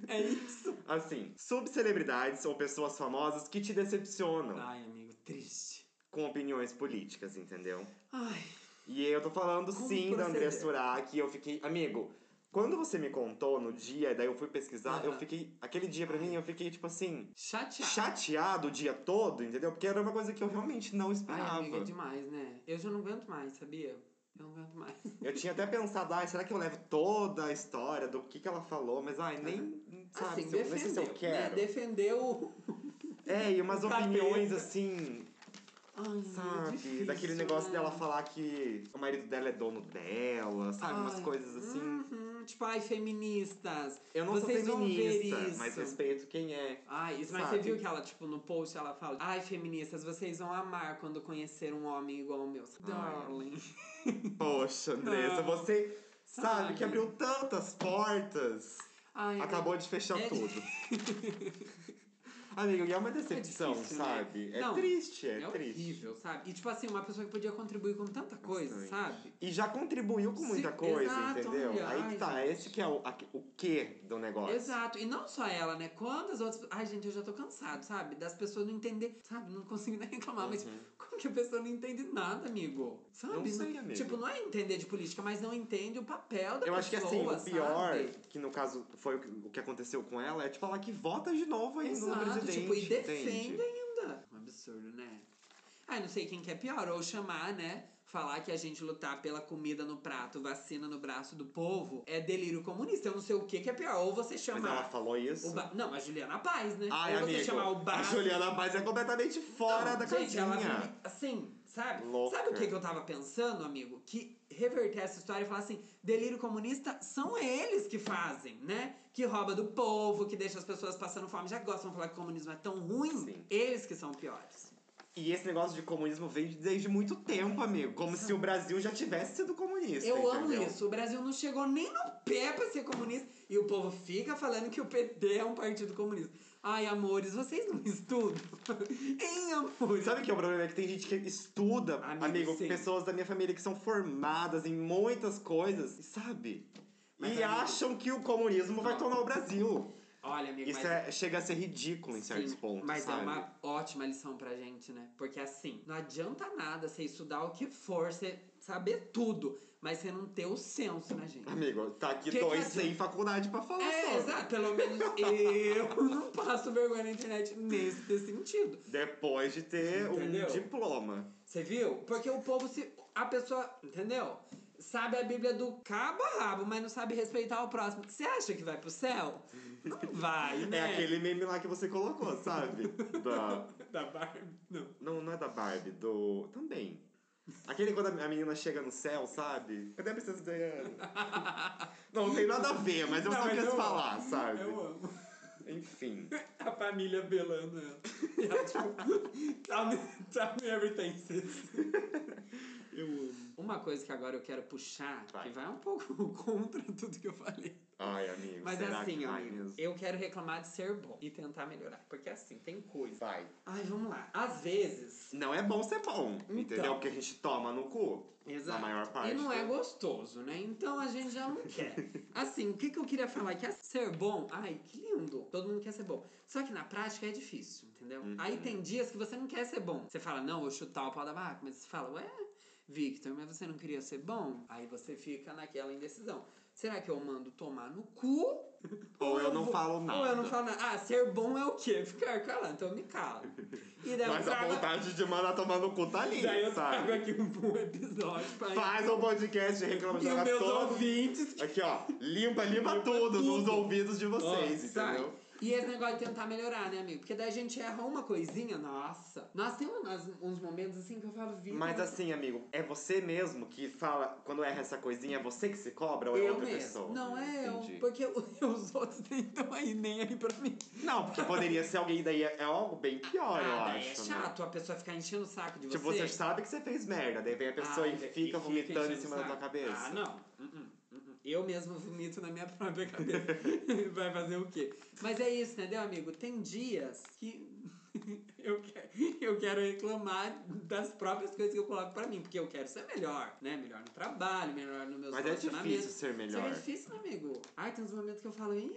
Speaker 1: É isso.
Speaker 2: Assim, subcelebridades ou pessoas famosas que te decepcionam
Speaker 1: Ai, amigo, triste.
Speaker 2: com opiniões políticas, entendeu?
Speaker 1: Ai,
Speaker 2: E eu tô falando
Speaker 1: Como
Speaker 2: sim da André
Speaker 1: proceder?
Speaker 2: Surak, eu fiquei. Amigo, quando você me contou no dia, e daí eu fui pesquisar, eu
Speaker 1: Aham.
Speaker 2: fiquei. Aquele dia pra mim, eu fiquei tipo assim.
Speaker 1: chateado.
Speaker 2: Chateado o dia todo, entendeu? Porque era uma coisa que eu realmente não
Speaker 1: Ai,
Speaker 2: esperava.
Speaker 1: amigo, é demais, né? Eu já não aguento mais, sabia? Eu não aguento mais.
Speaker 2: Eu tinha até pensado, ai, será que eu levo toda a história do que, que ela falou? Mas ai, nem sabe
Speaker 1: assim,
Speaker 2: se, eu, nem sei se
Speaker 1: defendeu.
Speaker 2: eu
Speaker 1: Né?
Speaker 2: quero.
Speaker 1: Defendeu.
Speaker 2: É, e umas
Speaker 1: O capeta.
Speaker 2: opiniões assim,
Speaker 1: Ai,
Speaker 2: sabe?
Speaker 1: é difícil,
Speaker 2: Daquele negócio
Speaker 1: né?
Speaker 2: dela falar que o marido dela é dono dela, sabe? Umas
Speaker 1: Ai,
Speaker 2: coisas assim.
Speaker 1: Uhum, tipo, ai, feministas.
Speaker 2: Eu não
Speaker 1: Vocês
Speaker 2: sou
Speaker 1: vão ver
Speaker 2: feminista,
Speaker 1: isso.
Speaker 2: mas respeito quem é.
Speaker 1: Ai, isso, mas
Speaker 2: Sabe?
Speaker 1: você viu que ela, tipo, no post ela fala: Ai, feministas, vocês vão amar quando conhecer um homem igual o meu. Darling.
Speaker 2: Poxa, Andressa,
Speaker 1: Não.
Speaker 2: você sabe
Speaker 1: Ah. Sabe.
Speaker 2: que abriu tantas portas,
Speaker 1: Ai,
Speaker 2: acabou de fechar
Speaker 1: É-
Speaker 2: tudo. Amigo, e é uma decepção,
Speaker 1: difícil, né?
Speaker 2: sabe? É
Speaker 1: Não,
Speaker 2: triste, é,
Speaker 1: é
Speaker 2: triste.
Speaker 1: horrível, sabe? E tipo assim, uma pessoa que podia contribuir com tanta coisa,
Speaker 2: Bastante.
Speaker 1: sabe?
Speaker 2: E já contribuiu com muita
Speaker 1: Sim,
Speaker 2: coisa,
Speaker 1: exato,
Speaker 2: entendeu?
Speaker 1: olha,
Speaker 2: Aí que
Speaker 1: ai,
Speaker 2: tá,
Speaker 1: gente.
Speaker 2: esse que é o, aque- o quê do negócio.
Speaker 1: Exato. E não só ela, né? Quantas outras. Ai, gente, eu já tô cansado, sabe? Das pessoas não entender, sabe? Não consigo nem reclamar, mas
Speaker 2: Uhum.
Speaker 1: como que a pessoa não entende nada, amigo? Sabe?
Speaker 2: Não sei, amigo.
Speaker 1: Tipo, não é entender de política, mas não entende o papel da pessoa.
Speaker 2: Eu acho que assim, o pior,
Speaker 1: sabe?
Speaker 2: que no caso foi o que- o que aconteceu com ela, é tipo ela que vota de novo ainda no
Speaker 1: Exato,
Speaker 2: presidente.
Speaker 1: tipo, e defende
Speaker 2: entende?
Speaker 1: ainda. Um absurdo, né? Ah, não sei quem que é pior, ou chamar, né? Falar que a gente lutar pela comida no prato, vacina no braço do povo, é delírio comunista. Eu não sei o que que é pior. Ou você
Speaker 2: Mas ela
Speaker 1: chamar.
Speaker 2: falou isso.
Speaker 1: o ba- Não, a Juliana Paz, né?
Speaker 2: Ai,
Speaker 1: ou você
Speaker 2: amigo,
Speaker 1: chamar o
Speaker 2: a
Speaker 1: braço.
Speaker 2: Juliana Paz é completamente fora
Speaker 1: Não,
Speaker 2: da
Speaker 1: gente,
Speaker 2: casinha.
Speaker 1: ela foi, assim, sabe?
Speaker 2: Louca.
Speaker 1: Sabe o que, que eu tava pensando, amigo? Que reverter essa história e falar assim, delírio comunista são eles que fazem, né? Que rouba do povo, que deixa as pessoas passando fome. Já que gostam de falar que o comunismo é tão ruim,
Speaker 2: Sim.
Speaker 1: eles que são piores.
Speaker 2: E esse negócio de comunismo vem desde muito tempo, amigo. Como se o Brasil já tivesse sido comunista,
Speaker 1: eu amo
Speaker 2: entendeu?
Speaker 1: isso. O Brasil não chegou nem no pé pra ser comunista. E o povo fica falando que o PT é um partido comunista. Ai, amores, vocês não estudam? hein, amores?
Speaker 2: Sabe o que é o problema? É que tem gente que estuda, amigo,
Speaker 1: Amigo, sim.
Speaker 2: pessoas da minha família que são formadas em muitas coisas, sabe?
Speaker 1: Mas,
Speaker 2: e
Speaker 1: amigo,
Speaker 2: acham que o comunismo vai
Speaker 1: não.
Speaker 2: tomar o Brasil.
Speaker 1: Olha, amigo,
Speaker 2: Isso
Speaker 1: mas-
Speaker 2: é, chega a ser ridículo em certos
Speaker 1: Sim,
Speaker 2: pontos,
Speaker 1: Mas
Speaker 2: sabe?
Speaker 1: é uma ótima lição pra gente, né? Porque assim, não adianta nada você estudar o que for, você saber tudo, mas você não ter o senso, né, gente?
Speaker 2: Amigo, tá aqui
Speaker 1: Que que
Speaker 2: dois
Speaker 1: adianta?
Speaker 2: sem faculdade pra falar
Speaker 1: É,
Speaker 2: sobre.
Speaker 1: exato. Pelo menos eu não passo vergonha na internet nesse sentido.
Speaker 2: Depois de ter
Speaker 1: Entendeu?
Speaker 2: um diploma.
Speaker 1: Você viu? Porque o povo se. A pessoa, entendeu? Sabe a Bíblia do cabo a rabo, mas não sabe respeitar o próximo. Você acha que vai pro céu? Não vai,
Speaker 2: É
Speaker 1: né?
Speaker 2: aquele meme lá que você colocou, sabe? Da-
Speaker 1: Da Barbie. Não.
Speaker 2: Não, não é da Barbie, do. Também. Aquele quando a a menina chega no céu, sabe? Cadê a princesa Diana? não, não tem nada a ver, mas eu
Speaker 1: Não,
Speaker 2: só
Speaker 1: mas
Speaker 2: quis
Speaker 1: eu amo.
Speaker 2: falar, sabe?
Speaker 1: Eu amo.
Speaker 2: Enfim.
Speaker 1: A família belando ela. E ela, tipo, tell me, tell me everything, sis. Eu amo. Uma coisa que agora eu quero puxar,
Speaker 2: Vai.
Speaker 1: que vai um pouco contra tudo que eu falei.
Speaker 2: Ai, amigo.
Speaker 1: Mas
Speaker 2: será
Speaker 1: assim,
Speaker 2: que vai
Speaker 1: amigo,
Speaker 2: mesmo?
Speaker 1: eu quero reclamar de ser bom e tentar melhorar. Porque assim, tem coisa.
Speaker 2: Vai.
Speaker 1: Ai, vamos lá. Às vezes.
Speaker 2: Não é bom ser bom, entendeu?
Speaker 1: Então.
Speaker 2: Porque a gente toma no cu.
Speaker 1: Exato.
Speaker 2: maior parte,
Speaker 1: e não é
Speaker 2: né?
Speaker 1: gostoso, né? Então a gente já não quer. Assim, o que, que eu queria falar? Que é ser bom, ai, que lindo. Todo mundo quer ser bom. Só que na prática é difícil, entendeu?
Speaker 2: Uhum.
Speaker 1: Aí tem dias que você não quer ser bom. Você fala, não, vou chutar o pau da barraca. Mas você fala, ué, Victor, mas você não queria ser bom? Aí você fica naquela indecisão. Será que eu mando tomar no cu?
Speaker 2: Ou eu não
Speaker 1: vou-
Speaker 2: falo
Speaker 1: Ou eu não
Speaker 2: nada.
Speaker 1: falo nada. Ah, ser bom é o quê? Ficar calado, então eu me calo. E daí eu
Speaker 2: Mas a
Speaker 1: trago-
Speaker 2: vontade de mandar tomar no cu tá ali,
Speaker 1: Daí eu trago
Speaker 2: sabe?
Speaker 1: aqui um, um episódio pra
Speaker 2: Faz um podcast e reclama
Speaker 1: e os
Speaker 2: joga
Speaker 1: meus
Speaker 2: todo.
Speaker 1: ouvintes.
Speaker 2: Aqui, ó. Limpa, limpa, tudo, nos
Speaker 1: tudo.
Speaker 2: ouvidos de
Speaker 1: Ó,
Speaker 2: vocês,
Speaker 1: sabe?
Speaker 2: entendeu?
Speaker 1: E esse negócio de tentar melhorar, né, amigo? Porque daí a gente erra uma coisinha, nossa. Nós temos umas- uns momentos assim que eu falo, vida.
Speaker 2: Mas assim, amigo, é você mesmo que fala quando erra essa coisinha, é você que se cobra ou é
Speaker 1: eu
Speaker 2: outra
Speaker 1: mesmo.
Speaker 2: pessoa?
Speaker 1: Não é
Speaker 2: Entendi.
Speaker 1: eu. Porque o- os outros nem estão aí, nem aí pra mim.
Speaker 2: Não, porque poderia ser alguém daí, é é algo bem pior, eu
Speaker 1: ah, daí
Speaker 2: acho.
Speaker 1: é
Speaker 2: né?
Speaker 1: chato a pessoa ficar enchendo o saco de
Speaker 2: Tipo,
Speaker 1: você.
Speaker 2: você sabe que você fez merda, daí vem a pessoa
Speaker 1: Ah,
Speaker 2: e
Speaker 1: daí
Speaker 2: fica vomitando em
Speaker 1: enchendo
Speaker 2: cima
Speaker 1: o
Speaker 2: da tua
Speaker 1: saco.
Speaker 2: cabeça.
Speaker 1: Ah, não. Uh-uh, uh-uh. Eu mesmo vomito na minha própria cabeça. Vai fazer o quê? Mas é isso, entendeu, amigo? Tem dias que eu, que- eu quero reclamar das próprias coisas que eu coloco pra mim, porque eu quero ser melhor, né? Melhor no trabalho, melhor nos meus
Speaker 2: Mas é
Speaker 1: relacionamentos.
Speaker 2: difícil ser
Speaker 1: Só que é
Speaker 2: melhor.
Speaker 1: difícil, né, amigo? Ai, tem uns momentos que eu falo, "Ih",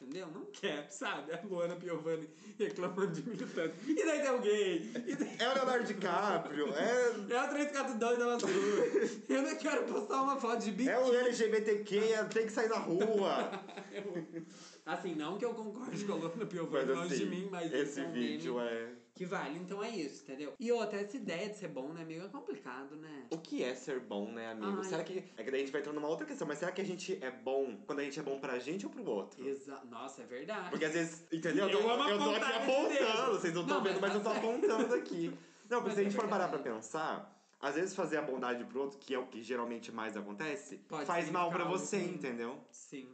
Speaker 1: entendeu? Não quero, sabe? A Luana Piovani reclamando de militante. E daí tem alguém. E daí...
Speaker 2: É o Leonardo DiCaprio, é,
Speaker 1: É o 342 da Vassoura. Eu não quero postar uma foto de bico.
Speaker 2: é o LGBTQ, é- tem que sair da rua.
Speaker 1: Assim, não que eu concorde com a Luana Piovani
Speaker 2: Mas
Speaker 1: longe
Speaker 2: assim,
Speaker 1: de mim, mas
Speaker 2: esse
Speaker 1: é um
Speaker 2: vídeo
Speaker 1: meme
Speaker 2: é...
Speaker 1: que vale. Então é isso, entendeu? E outra, essa ideia de ser bom, né, amigo? É complicado, né?
Speaker 2: O que é ser bom, né, amigo?
Speaker 1: Ai.
Speaker 2: Será que. É que daí a gente vai entrando numa outra questão, mas será que a gente é bom quando a gente é bom pra gente ou pro outro?
Speaker 1: Exa Nossa, é verdade.
Speaker 2: Porque às vezes, entendeu?
Speaker 1: Eu
Speaker 2: Eu,
Speaker 1: amo
Speaker 2: eu tô
Speaker 1: apontar
Speaker 2: aqui
Speaker 1: esse
Speaker 2: apontando,
Speaker 1: dedo.
Speaker 2: vocês não
Speaker 1: Não,
Speaker 2: estão
Speaker 1: mas
Speaker 2: vendo, mas eu tô
Speaker 1: tá certo.
Speaker 2: apontando aqui. Não, porque
Speaker 1: Mas
Speaker 2: se a
Speaker 1: é
Speaker 2: gente for parar pra
Speaker 1: verdade.
Speaker 2: pensar, às vezes fazer a bondade pro outro, que é o que geralmente mais acontece,
Speaker 1: Pode
Speaker 2: faz mal pra
Speaker 1: significar
Speaker 2: você,
Speaker 1: algo ruim.
Speaker 2: entendeu?
Speaker 1: Sim.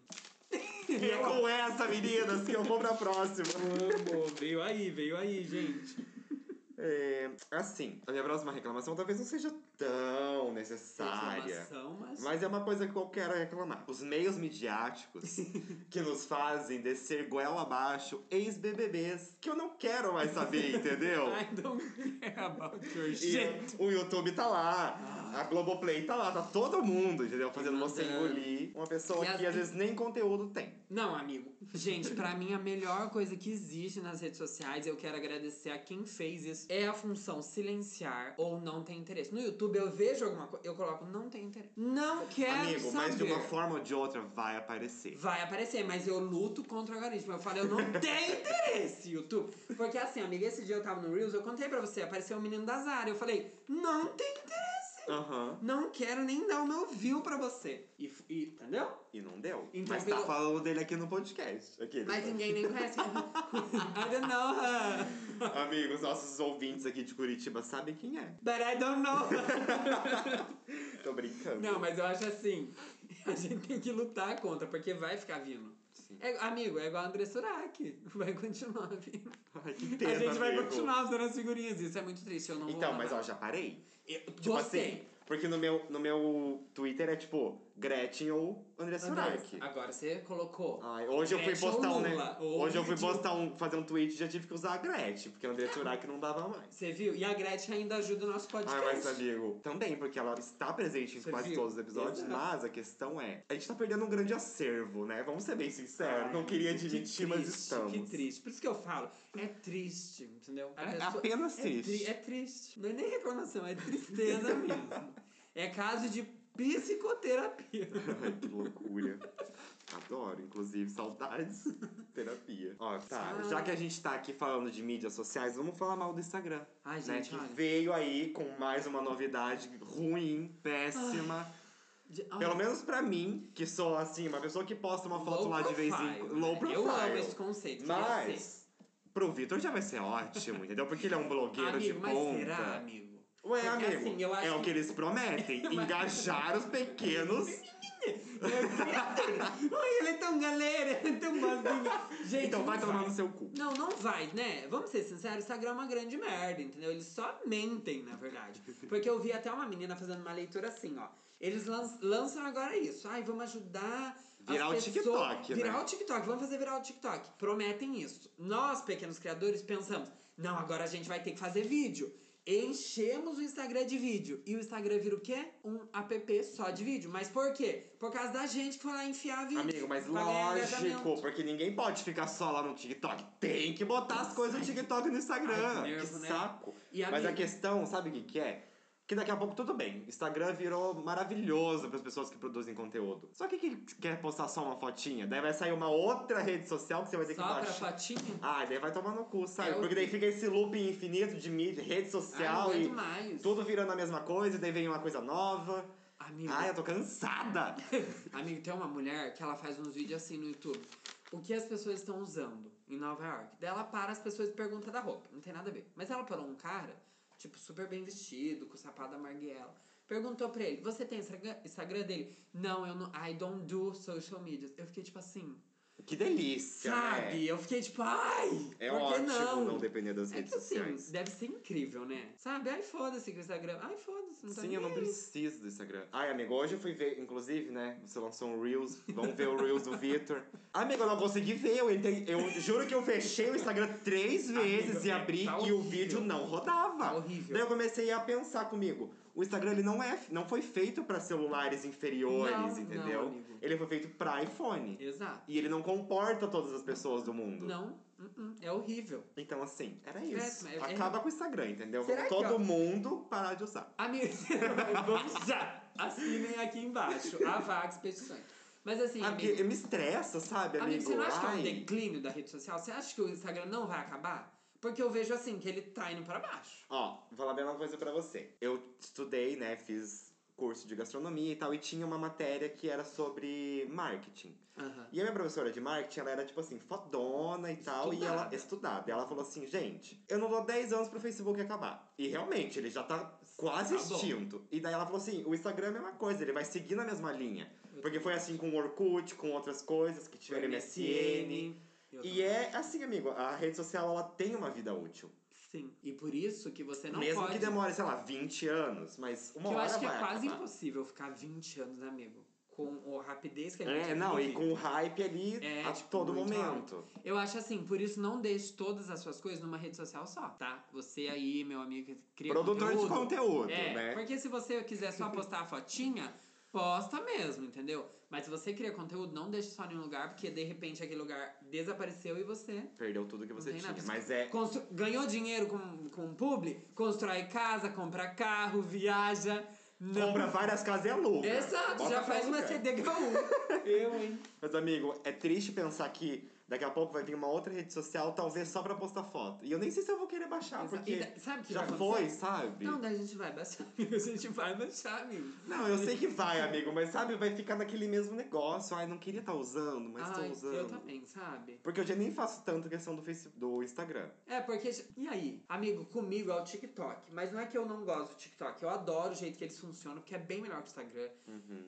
Speaker 2: E é com essa, meninas, que eu vou pra próxima.
Speaker 1: Amo, veio aí, veio aí, gente.
Speaker 2: É, assim, a minha próxima reclamação talvez não seja tão necessária.
Speaker 1: Reclamação, mas...
Speaker 2: Mas é uma coisa que eu quero reclamar. Os meios midiáticos que nos fazem descer goela abaixo ex-BBBs que eu não quero mais saber, entendeu?
Speaker 1: I don't care about your
Speaker 2: E
Speaker 1: shit.
Speaker 2: o YouTube tá lá,
Speaker 1: Ah.
Speaker 2: a Globoplay tá lá, tá todo mundo, entendeu? Fazendo você
Speaker 1: mandando.
Speaker 2: engolir uma pessoa
Speaker 1: Uhum. E as-
Speaker 2: que às vezes nem conteúdo tem.
Speaker 1: Não, amigo. Gente, pra mim a melhor coisa que existe nas redes sociais, eu quero agradecer a quem fez isso, é a função silenciar ou não tem interesse. No YouTube eu vejo alguma coisa, eu coloco não tem interesse. Não quero
Speaker 2: Amigo,
Speaker 1: saber.
Speaker 2: mas de uma forma ou de outra vai aparecer.
Speaker 1: Vai aparecer, mas eu luto contra o algoritmo. Eu falo, eu não tenho interesse, YouTube. Porque assim, amiga, esse dia eu tava no Reels, eu contei pra você, apareceu o menino da Zara. Eu falei, não tem interesse.
Speaker 2: Aham.
Speaker 1: Não quero nem dar o meu view pra você. E, f- e entendeu?
Speaker 2: E não deu.
Speaker 1: Então,
Speaker 2: mas tá
Speaker 1: pelo-
Speaker 2: falando dele aqui no podcast. Aqui, né?
Speaker 1: Mas ninguém nem conhece. I don't know her.
Speaker 2: Amigos, nossos ouvintes aqui de Curitiba sabem quem é.
Speaker 1: But I don't know.
Speaker 2: Tô brincando.
Speaker 1: Não, mas eu acho assim, a gente tem que lutar contra, porque vai ficar vindo.
Speaker 2: Sim.
Speaker 1: É- amigo, é igual a André Surak, vai continuar vindo.
Speaker 2: Ai, que
Speaker 1: a
Speaker 2: pena,
Speaker 1: gente vai
Speaker 2: amigo.
Speaker 1: continuar usando as figurinhas, isso é muito triste, eu não vou
Speaker 2: Então, mas
Speaker 1: lavar.
Speaker 2: ó, já parei.
Speaker 1: Eu
Speaker 2: Tipo
Speaker 1: gostei.
Speaker 2: assim, porque no meu, no meu Twitter é tipo Gretchen ou assim, André
Speaker 1: André,
Speaker 2: Surak.
Speaker 1: agora você colocou.
Speaker 2: Ai, hoje eu fui
Speaker 1: Gretchen ou
Speaker 2: postar um, né?
Speaker 1: Lula? Ou
Speaker 2: Hoje eu fui
Speaker 1: Dilma?
Speaker 2: postar um, fazer um tweet e já tive que usar a Gretchen, porque a André
Speaker 1: É.
Speaker 2: Surak não dava mais.
Speaker 1: Você viu? E a Gretchen ainda ajuda o nosso podcast.
Speaker 2: Ai, mas amigo, também, porque ela está presente em
Speaker 1: Você
Speaker 2: quase
Speaker 1: viu?
Speaker 2: todos os episódios,
Speaker 1: Exato.
Speaker 2: mas a questão é, a gente tá perdendo um grande acervo, né? Vamos ser bem sinceros,
Speaker 1: Ai,
Speaker 2: não queria
Speaker 1: que
Speaker 2: admitir, mas
Speaker 1: triste,
Speaker 2: estamos.
Speaker 1: Que triste. Por isso que eu falo, é triste, entendeu? A
Speaker 2: É
Speaker 1: pessoa-
Speaker 2: apenas
Speaker 1: é
Speaker 2: triste.
Speaker 1: tri- É, triste. Não é nem reclamação, é tristeza mesmo. É caso de psicoterapia.
Speaker 2: Ai, que loucura. Adoro, inclusive, saudades. Terapia. Ó, tá. Já que a gente tá aqui falando de mídias sociais, vamos falar mal do Instagram.
Speaker 1: Ai,
Speaker 2: né,
Speaker 1: gente,
Speaker 2: que
Speaker 1: olha.
Speaker 2: veio aí com mais uma novidade ruim, péssima.
Speaker 1: de- olha,
Speaker 2: Pelo menos pra mim, que sou assim, uma pessoa que posta uma foto
Speaker 1: low
Speaker 2: lá de vez em
Speaker 1: profile,
Speaker 2: quando.
Speaker 1: né?
Speaker 2: Low profile.
Speaker 1: Eu amo esse conceito. queria ser.
Speaker 2: Mas. Pro Vitor já vai ser ótimo, entendeu? Porque ele é um blogueiro
Speaker 1: assim, amigo,
Speaker 2: de
Speaker 1: mas
Speaker 2: ponta.
Speaker 1: será, amigo?
Speaker 2: Ué,
Speaker 1: Porque,
Speaker 2: amigo,
Speaker 1: assim, eu acho
Speaker 2: é o
Speaker 1: que-
Speaker 2: que eles prometem. engajar os pequenos
Speaker 1: Ai, ele é tão galera, ele é tão bonzinho. Gente,
Speaker 2: Então
Speaker 1: não
Speaker 2: vai tomar no seu cu.
Speaker 1: Não, não vai, né? Vamos ser sinceros, o Instagram é uma grande merda, entendeu? Eles só mentem, na verdade. Porque eu vi até uma menina fazendo uma leitura assim, ó. Eles lan- lançam agora isso. Ai, vamos ajudar. as
Speaker 2: Virar o
Speaker 1: pessoas-
Speaker 2: TikTok, né?
Speaker 1: Virar o TikTok, vamos fazer virar o TikTok. Prometem isso. Nós, pequenos criadores, pensamos: não, agora a gente vai ter que fazer vídeo. Enchemos o Instagram de vídeo. E o Instagram vira o quê? Um app só de vídeo. Mas por quê? Por causa da gente que foi lá enfiar vídeo.
Speaker 2: Amigo, mas
Speaker 1: pra ganhar é engajamento.
Speaker 2: lógico, porque ninguém pode ficar só lá no TikTok. Tem que botar as coisas no TikTok e no Instagram.
Speaker 1: Ai, que
Speaker 2: que
Speaker 1: nervo, né?
Speaker 2: saco.
Speaker 1: E,
Speaker 2: mas
Speaker 1: amigo-
Speaker 2: a questão, sabe o que, que é? Que daqui a pouco tudo bem. Instagram virou maravilhoso para as pessoas que produzem conteúdo. Só que quem quer postar só uma fotinha, daí vai sair uma outra rede social que você vai ter que
Speaker 1: Só pra
Speaker 2: baixar.
Speaker 1: fotinho?
Speaker 2: Ah, daí vai tomar no cu,
Speaker 1: É
Speaker 2: sabe?
Speaker 1: o
Speaker 2: Porque daí
Speaker 1: quê?
Speaker 2: fica esse looping infinito de mídia, rede social
Speaker 1: Ai, não
Speaker 2: e
Speaker 1: aguento mais.
Speaker 2: tudo virando a mesma coisa, e daí vem uma coisa nova.
Speaker 1: Amigo,
Speaker 2: Ai, eu tô cansada.
Speaker 1: amigo, tem uma mulher que ela faz uns vídeos assim no YouTube. O que as pessoas estão usando em Nova York? Daí ela para as pessoas e pergunta da roupa. Não tem nada a ver. Mas ela parou um cara, tipo, super bem vestido, com o sapato da Margiela. Perguntou pra ele, você tem Instagram- Instagram dele? Não, eu não. I don't do social media. Eu fiquei tipo assim,
Speaker 2: Que delícia, né?
Speaker 1: sabe? Eu fiquei tipo, ai!
Speaker 2: É
Speaker 1: por que
Speaker 2: ótimo não?
Speaker 1: não?
Speaker 2: depender das
Speaker 1: É
Speaker 2: redes
Speaker 1: que assim,
Speaker 2: sociais.
Speaker 1: deve ser incrível, né? Sabe? Ai, foda-se que o Instagram. Ai, foda-se, não tá
Speaker 2: Sim,
Speaker 1: nem
Speaker 2: eu não
Speaker 1: aí.
Speaker 2: preciso do Instagram. Ai, amigo, hoje eu fui ver, inclusive, né? Você lançou um Reels. Vamos ver o Reels do Vitor. Amigo, eu não consegui ver. Eu, entrei, eu juro que eu fechei o Instagram três vezes
Speaker 1: Amigo,
Speaker 2: e
Speaker 1: é,
Speaker 2: abri
Speaker 1: tá
Speaker 2: e o
Speaker 1: horrível.
Speaker 2: vídeo não rodava.
Speaker 1: Tá horrível.
Speaker 2: Daí eu comecei a pensar comigo. O Instagram ele não, é, não foi feito pra celulares inferiores,
Speaker 1: Não, não,
Speaker 2: entendeu?
Speaker 1: amigo.
Speaker 2: ele foi feito pra iPhone.
Speaker 1: Exato.
Speaker 2: E ele não comporta todas as pessoas do mundo.
Speaker 1: Não, uh-uh, é horrível.
Speaker 2: Então, assim, era isso.
Speaker 1: Péssimo, é- é-
Speaker 2: Acaba com o Instagram, entendeu?
Speaker 1: Será
Speaker 2: Vamos
Speaker 1: que,
Speaker 2: todo
Speaker 1: ó-
Speaker 2: mundo parar de usar.
Speaker 1: Amigos, vamos já! Assinem aqui embaixo a Vax Petições. Mas assim,
Speaker 2: Ah, porque
Speaker 1: amigo,
Speaker 2: me estressa, sabe,
Speaker 1: amigo,
Speaker 2: amigo?
Speaker 1: você não acha que é um
Speaker 2: Ai.
Speaker 1: declínio da rede social? Você acha que o Instagram não vai acabar? Porque eu vejo assim, que ele tá indo pra baixo.
Speaker 2: Ó, vou falar bem uma coisa pra você. Eu estudei, né, fiz curso de gastronomia e tal, e tinha uma matéria que era sobre marketing.
Speaker 1: Aham.
Speaker 2: E a minha professora de marketing, ela era, tipo assim, fodona e tal, e
Speaker 1: Estudada.
Speaker 2: ela estudada. E ela falou assim, gente, eu não dou 10 anos pro Facebook acabar. E realmente, ele já tá quase
Speaker 1: Tá bom.
Speaker 2: extinto. E daí ela falou assim, o Instagram é a mesma coisa, ele vai seguir na mesma linha. Porque foi assim com o Orkut, com outras coisas, que tiveram MSN.
Speaker 1: Eu
Speaker 2: E
Speaker 1: também.
Speaker 2: é assim, amigo, a rede social, ela tem uma vida útil.
Speaker 1: Sim. E por isso que você não
Speaker 2: Mesmo
Speaker 1: pode...
Speaker 2: que demore, sei lá, 20 anos, mas uma
Speaker 1: que eu
Speaker 2: hora
Speaker 1: acho que
Speaker 2: vai
Speaker 1: é quase
Speaker 2: acabar.
Speaker 1: impossível ficar 20 anos, amigo. Com a rapidez que a gente
Speaker 2: É, não, e
Speaker 1: vive.
Speaker 2: com o hype ali
Speaker 1: É,
Speaker 2: a
Speaker 1: tipo,
Speaker 2: todo
Speaker 1: muito
Speaker 2: momento.
Speaker 1: Eu acho assim, por isso não deixe todas as suas coisas numa rede social só, tá? Você aí, meu amigo, que cria
Speaker 2: Produtor
Speaker 1: conteúdo.
Speaker 2: de conteúdo,
Speaker 1: é,
Speaker 2: né?
Speaker 1: porque se você quiser só postar a fotinha, posta mesmo, entendeu? Mas se você cria conteúdo, não deixe só em um lugar, porque de repente aquele lugar desapareceu e você
Speaker 2: Perdeu tudo que você
Speaker 1: tem
Speaker 2: tinha.
Speaker 1: nada.
Speaker 2: Mas é.
Speaker 1: constru- ganhou dinheiro com, com o publi, constrói casa, compra carro, viaja. Não.
Speaker 2: Compra várias casas e aluga.
Speaker 1: Exato,
Speaker 2: Bota
Speaker 1: já
Speaker 2: pra
Speaker 1: faz uma
Speaker 2: alugar.
Speaker 1: CDHU. Eu, hein?
Speaker 2: Mas, amigo, é triste pensar que daqui a pouco vai vir uma outra rede social, talvez só pra postar foto. E eu nem sei se eu vou querer baixar,
Speaker 1: Exato.
Speaker 2: porque
Speaker 1: E da- sabe o que tá
Speaker 2: já
Speaker 1: vai acontecer?
Speaker 2: foi, sabe?
Speaker 1: Não,
Speaker 2: Não.
Speaker 1: daí a gente vai baixar, amigo. A gente vai baixar, amigo.
Speaker 2: eu sei que vai, amigo, mas sabe, vai ficar naquele mesmo negócio. Ai, não queria estar usando, mas tô
Speaker 1: Ai,
Speaker 2: usando.
Speaker 1: Eu também, sabe?
Speaker 2: Porque eu já nem faço tanto questão do Facebook, do Instagram.
Speaker 1: É, porque. E aí? Amigo, comigo é o TikTok. Mas não é que eu não gosto do TikTok. Eu adoro o jeito que eles funcionam, porque é bem melhor que o Instagram.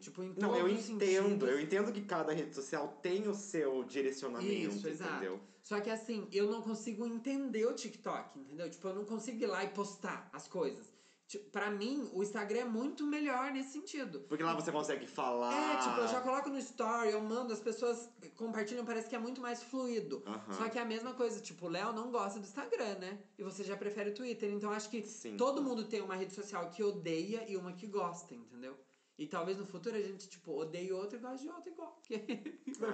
Speaker 1: Tipo, em
Speaker 2: Não, eu
Speaker 1: todos
Speaker 2: entendo,
Speaker 1: os sentidos.
Speaker 2: eu entendo que cada rede social tem o seu direcionamento,
Speaker 1: Isso, exato.
Speaker 2: entendeu?
Speaker 1: Só que assim, eu não consigo entender o TikTok, entendeu? Tipo, eu não consigo ir lá e postar as coisas. Tipo, pra mim, o Instagram é muito melhor nesse sentido.
Speaker 2: Porque lá você consegue falar.
Speaker 1: É, tipo,
Speaker 2: Ah.
Speaker 1: eu já coloco no story, eu mando, as pessoas compartilham, parece que é muito mais fluido.
Speaker 2: Aham.
Speaker 1: Só que é a mesma coisa, tipo, o Léo não gosta do Instagram, né? E você já prefere o Twitter. Então acho que
Speaker 2: Sim.
Speaker 1: todo mundo tem uma rede social que odeia e uma que gosta, entendeu? E talvez no futuro a gente, tipo, odeie outra e gosta de outra igual.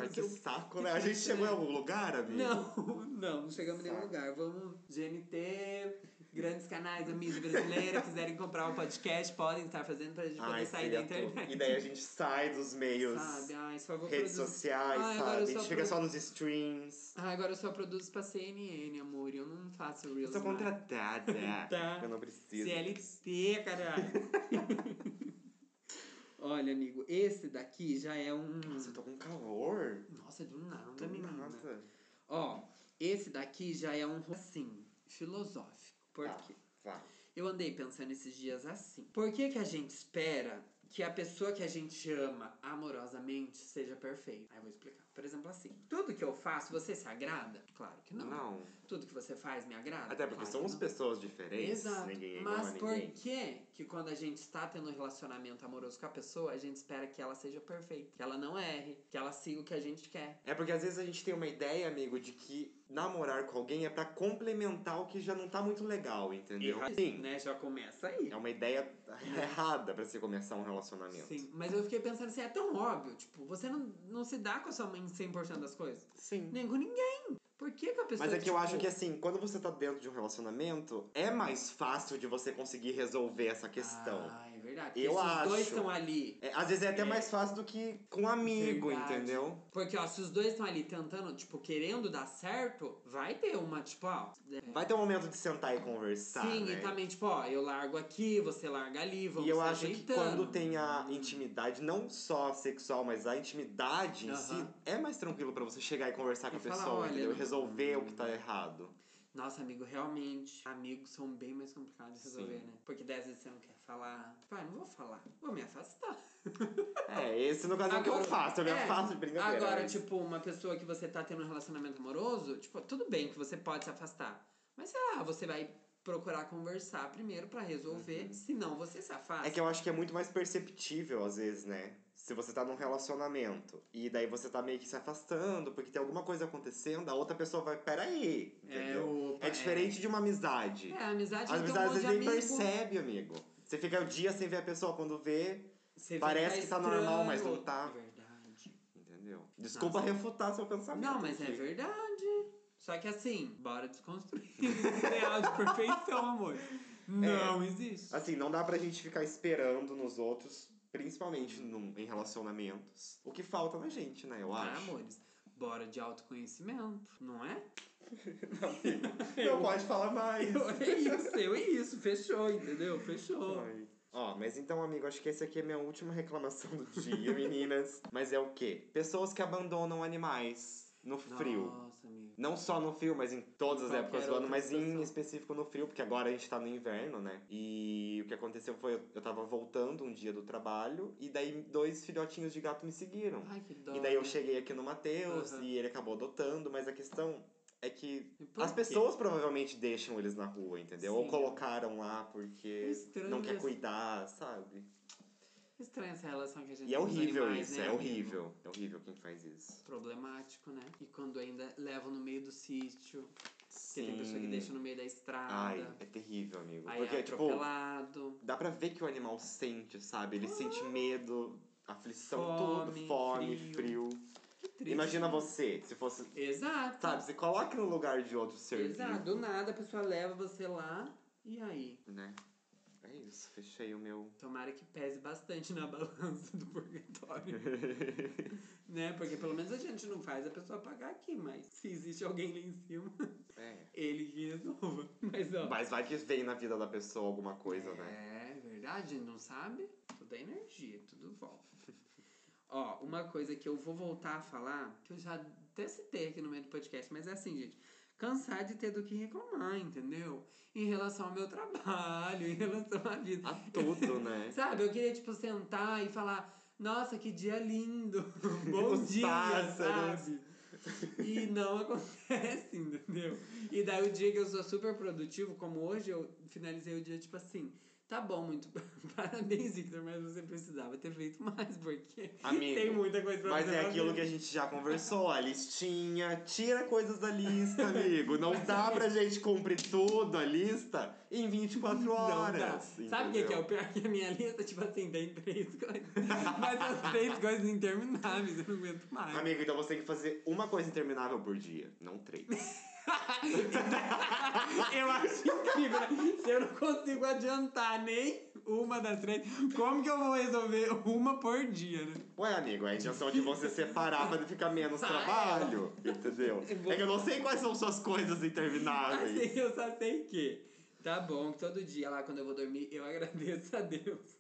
Speaker 2: Ai, que saco, né? A gente chegou em algum lugar, amigo?
Speaker 1: Não, não, não chegamos em nenhum
Speaker 2: Saco.
Speaker 1: lugar. Vamos, GNT, grandes canais, amigos brasileiros, quiserem comprar o podcast, podem estar fazendo pra gente
Speaker 2: Ai,
Speaker 1: poder sair da
Speaker 2: seria tudo.
Speaker 1: internet.
Speaker 2: E daí a gente sai dos meios,
Speaker 1: Sabe? Ai, só vou
Speaker 2: redes
Speaker 1: produzir.
Speaker 2: sociais,
Speaker 1: Ai, agora
Speaker 2: sabe?
Speaker 1: eu
Speaker 2: A gente
Speaker 1: só
Speaker 2: fica
Speaker 1: produ-
Speaker 2: só nos streams.
Speaker 1: Ah, agora eu só produzo pra CNN, amor. e Eu não faço
Speaker 2: Eu
Speaker 1: Reels.
Speaker 2: sou
Speaker 1: mais.
Speaker 2: contratada.
Speaker 1: Tá.
Speaker 2: Eu não preciso.
Speaker 1: CLT, caralho. Olha, amigo, esse daqui já é um.
Speaker 2: Nossa, eu tô com calor.
Speaker 1: Nossa, do nada,
Speaker 2: Do
Speaker 1: menina.
Speaker 2: nada.
Speaker 1: Ó, esse daqui já é um assim, filosófico. Por
Speaker 2: Tá.
Speaker 1: quê?
Speaker 2: Vai.
Speaker 1: Eu andei pensando esses dias assim. Por que, que a gente espera que a pessoa que a gente ama amorosamente seja perfeita? Aí eu vou explicar. Por exemplo, assim. Tudo que eu faço, você se agrada? Claro que não.
Speaker 2: Não.
Speaker 1: Tudo que você faz me agrada?
Speaker 2: Até porque
Speaker 1: claro
Speaker 2: somos
Speaker 1: que não.
Speaker 2: pessoas diferentes.
Speaker 1: Exato.
Speaker 2: Ninguém é igual
Speaker 1: Mas
Speaker 2: a
Speaker 1: por
Speaker 2: ninguém.
Speaker 1: que que quando a gente está tendo um relacionamento amoroso com a pessoa, a gente espera que ela seja perfeita, que ela não erre, que ela siga o que a gente quer?
Speaker 2: É porque às vezes a gente tem uma ideia, amigo, de que namorar com alguém é pra complementar o que já não tá muito legal, entendeu?
Speaker 1: Sim.
Speaker 2: Sim.
Speaker 1: Né? Já começa aí.
Speaker 2: assim, É uma ideia errada pra se começar um relacionamento.
Speaker 1: Sim, mas eu fiquei pensando assim, é tão óbvio, tipo, você não, não se dá com a sua mãe em 100% das coisas.
Speaker 2: Sim.
Speaker 1: Nem com ninguém. Por que, que a pessoa...
Speaker 2: Mas é que eu
Speaker 1: Né? tipo,
Speaker 2: acho que assim, quando você tá dentro de um relacionamento, é mais fácil de você conseguir resolver essa questão.
Speaker 1: Ah, é verdade. porque
Speaker 2: Eu
Speaker 1: se os dois
Speaker 2: acho.
Speaker 1: estão ali
Speaker 2: É, às vezes é até
Speaker 1: É.
Speaker 2: mais fácil do que com um amigo,
Speaker 1: Verdade.
Speaker 2: entendeu?
Speaker 1: Porque, ó, se os dois estão ali tentando, tipo, querendo dar certo, vai ter uma, tipo, ó.
Speaker 2: Vai ter um momento de sentar e conversar.
Speaker 1: sim,
Speaker 2: né?
Speaker 1: e também, tipo, ó, eu largo aqui, você larga ali, vamos
Speaker 2: E eu
Speaker 1: se
Speaker 2: acho que
Speaker 1: ajeitando.
Speaker 2: quando tem a intimidade, não só sexual, mas a intimidade em si,
Speaker 1: Aham.
Speaker 2: é mais tranquilo pra você chegar e conversar com
Speaker 1: E
Speaker 2: a
Speaker 1: falar,
Speaker 2: pessoa,
Speaker 1: "Olha,
Speaker 2: entendeu? E
Speaker 1: não- Hum.
Speaker 2: resolver o que tá errado.
Speaker 1: Nossa, amigo, realmente, amigos são bem mais complicados de resolver,
Speaker 2: Sim.
Speaker 1: né? Porque dez vezes você não quer falar. Tipo, ah, não vou falar, vou me afastar.
Speaker 2: É, esse no caso é o que eu
Speaker 1: Agora-
Speaker 2: faço, eu me
Speaker 1: é,
Speaker 2: afasto de brincadeira. né?
Speaker 1: Agora,
Speaker 2: mas-
Speaker 1: tipo, uma pessoa que você tá tendo um relacionamento amoroso, tipo, tudo bem que você pode se afastar. Mas sei lá, você vai procurar conversar primeiro pra resolver, senão você se afasta.
Speaker 2: Uhum. É que eu acho que é muito mais perceptível, às vezes, né? Se você tá num relacionamento e daí você tá meio que se afastando, porque tem alguma coisa acontecendo, a outra pessoa vai, peraí, entendeu?
Speaker 1: opa,
Speaker 2: É, diferente de uma amizade.
Speaker 1: É, a amizade
Speaker 2: Às
Speaker 1: tem
Speaker 2: vezes,
Speaker 1: um
Speaker 2: às
Speaker 1: monte de
Speaker 2: vezes nem
Speaker 1: amigo.
Speaker 2: percebe, amigo. Você fica o dia sem ver a pessoa quando vê,
Speaker 1: Você fica
Speaker 2: Parece que tá normal, mas não
Speaker 1: estranho.
Speaker 2: tá.
Speaker 1: É Verdade.
Speaker 2: entendeu? Desculpa
Speaker 1: Nossa.
Speaker 2: refutar seu pensamento.
Speaker 1: Ah, Não, mas é
Speaker 2: aqui.
Speaker 1: verdade. Só que assim, bora desconstruir esse ideal de perfeição, amor. Não existe.
Speaker 2: Assim, não dá pra gente ficar esperando nos outros, principalmente num, em relacionamentos. O que falta na gente, né? Eu
Speaker 1: Tá,
Speaker 2: acho.
Speaker 1: amores? Bora de autoconhecimento, não é?
Speaker 2: Não pode falar mais.
Speaker 1: É isso, eu é isso. Fechou, entendeu? Fechou.
Speaker 2: Ai. Ó, mas então, amigo, acho que essa aqui é minha última reclamação do dia, meninas. Mas é o quê? Pessoas que abandonam animais no frio.
Speaker 1: Nossa, amigo.
Speaker 2: Não só no frio, mas em todas
Speaker 1: Em
Speaker 2: as
Speaker 1: qualquer
Speaker 2: épocas do ano,
Speaker 1: outra
Speaker 2: mas em
Speaker 1: situação.
Speaker 2: específico no frio, porque agora a gente tá no inverno, né? E o que aconteceu foi, eu- eu tava voltando um dia do trabalho, e daí dois filhotinhos de gato me seguiram.
Speaker 1: Ai, que dó. né?
Speaker 2: E daí eu cheguei aqui no Matheus,
Speaker 1: Aham.
Speaker 2: e ele acabou adotando, mas a questão é que
Speaker 1: E por
Speaker 2: as
Speaker 1: quê?
Speaker 2: pessoas provavelmente deixam eles na rua, entendeu? Ou
Speaker 1: Sim.
Speaker 2: colocaram lá porque
Speaker 1: Estranho
Speaker 2: não quer
Speaker 1: essa-
Speaker 2: cuidar, sabe?
Speaker 1: Estranha essa relação que a gente
Speaker 2: E é
Speaker 1: tem com os
Speaker 2: horrível
Speaker 1: animais,
Speaker 2: isso,
Speaker 1: né,
Speaker 2: é
Speaker 1: amigo?
Speaker 2: horrível. É horrível quem faz isso.
Speaker 1: Problemático, né? E quando ainda levam no meio do sítio, porque tem pessoa que
Speaker 2: Sim.
Speaker 1: deixa no meio da estrada,
Speaker 2: Ai, é terrível, amigo.
Speaker 1: aí
Speaker 2: Porque,
Speaker 1: é
Speaker 2: tipo,
Speaker 1: atropelado.
Speaker 2: dá pra ver que o animal sente, sabe? Ele sente medo, aflição, tudo,
Speaker 1: Ah. Fome,
Speaker 2: fome, frio.
Speaker 1: frio. Que triste.
Speaker 2: Imagina você, se fosse.
Speaker 1: Exato.
Speaker 2: Sabe, se coloca no lugar de outro ser
Speaker 1: Exato.
Speaker 2: vivo,
Speaker 1: Do nada a pessoa leva você lá, e aí?
Speaker 2: né? É isso, fechei o meu.
Speaker 1: Tomara que pese bastante na balança do purgatório. né? Porque pelo menos a gente não faz a pessoa pagar aqui, mas se existe alguém lá em cima,
Speaker 2: É.
Speaker 1: ele que resolva. Mas ó.
Speaker 2: Mas vai que vem na vida da pessoa alguma coisa,
Speaker 1: é,
Speaker 2: né?
Speaker 1: verdade, não sabe? Tudo é energia, tudo volta. Ó, uma coisa que eu vou voltar a falar, que eu já até citei aqui no meio do podcast, mas é assim, gente. Cansar de ter do que reclamar, entendeu? Em relação ao meu trabalho, em relação à vida.
Speaker 2: A tudo, né?
Speaker 1: Sabe, eu queria, tipo, sentar e falar, nossa, que dia lindo! Bom
Speaker 2: Os
Speaker 1: dia,
Speaker 2: pássaros.
Speaker 1: sabe? E não acontece, entendeu? E daí o dia que eu sou super produtivo, como hoje, eu finalizei o dia, tipo assim, tá bom, muito parabéns, Victor, mas você precisava ter feito mais, porque
Speaker 2: Amigo,
Speaker 1: tem muita coisa pra
Speaker 2: Mas
Speaker 1: você
Speaker 2: é aquilo
Speaker 1: fazer.
Speaker 2: que a gente já conversou, a listinha, tira coisas da lista, amigo. Não dá pra gente cumprir tudo a lista em 24
Speaker 1: Não
Speaker 2: horas.
Speaker 1: dá. Sabe o que, que é
Speaker 2: entendeu?
Speaker 1: o pior? Que a minha lista, tipo assim, tem três coisas. Mas as três coisas intermináveis, eu não aguento mais.
Speaker 2: Amigo, então você tem que fazer uma coisa interminável por dia, não três.
Speaker 1: Eu acho incrível. né? Se eu não consigo adiantar nem uma das três, como que eu vou resolver uma por dia, né?
Speaker 2: Ué, amigo, é a intenção de você separar pra ficar menos
Speaker 1: Ah, é.
Speaker 2: trabalho, entendeu?
Speaker 1: Eu vou-
Speaker 2: É que eu não sei quais são suas coisas intermináveis.
Speaker 1: Assim, eu só sei que. Tá bom, que todo dia lá quando eu vou dormir, eu agradeço a Deus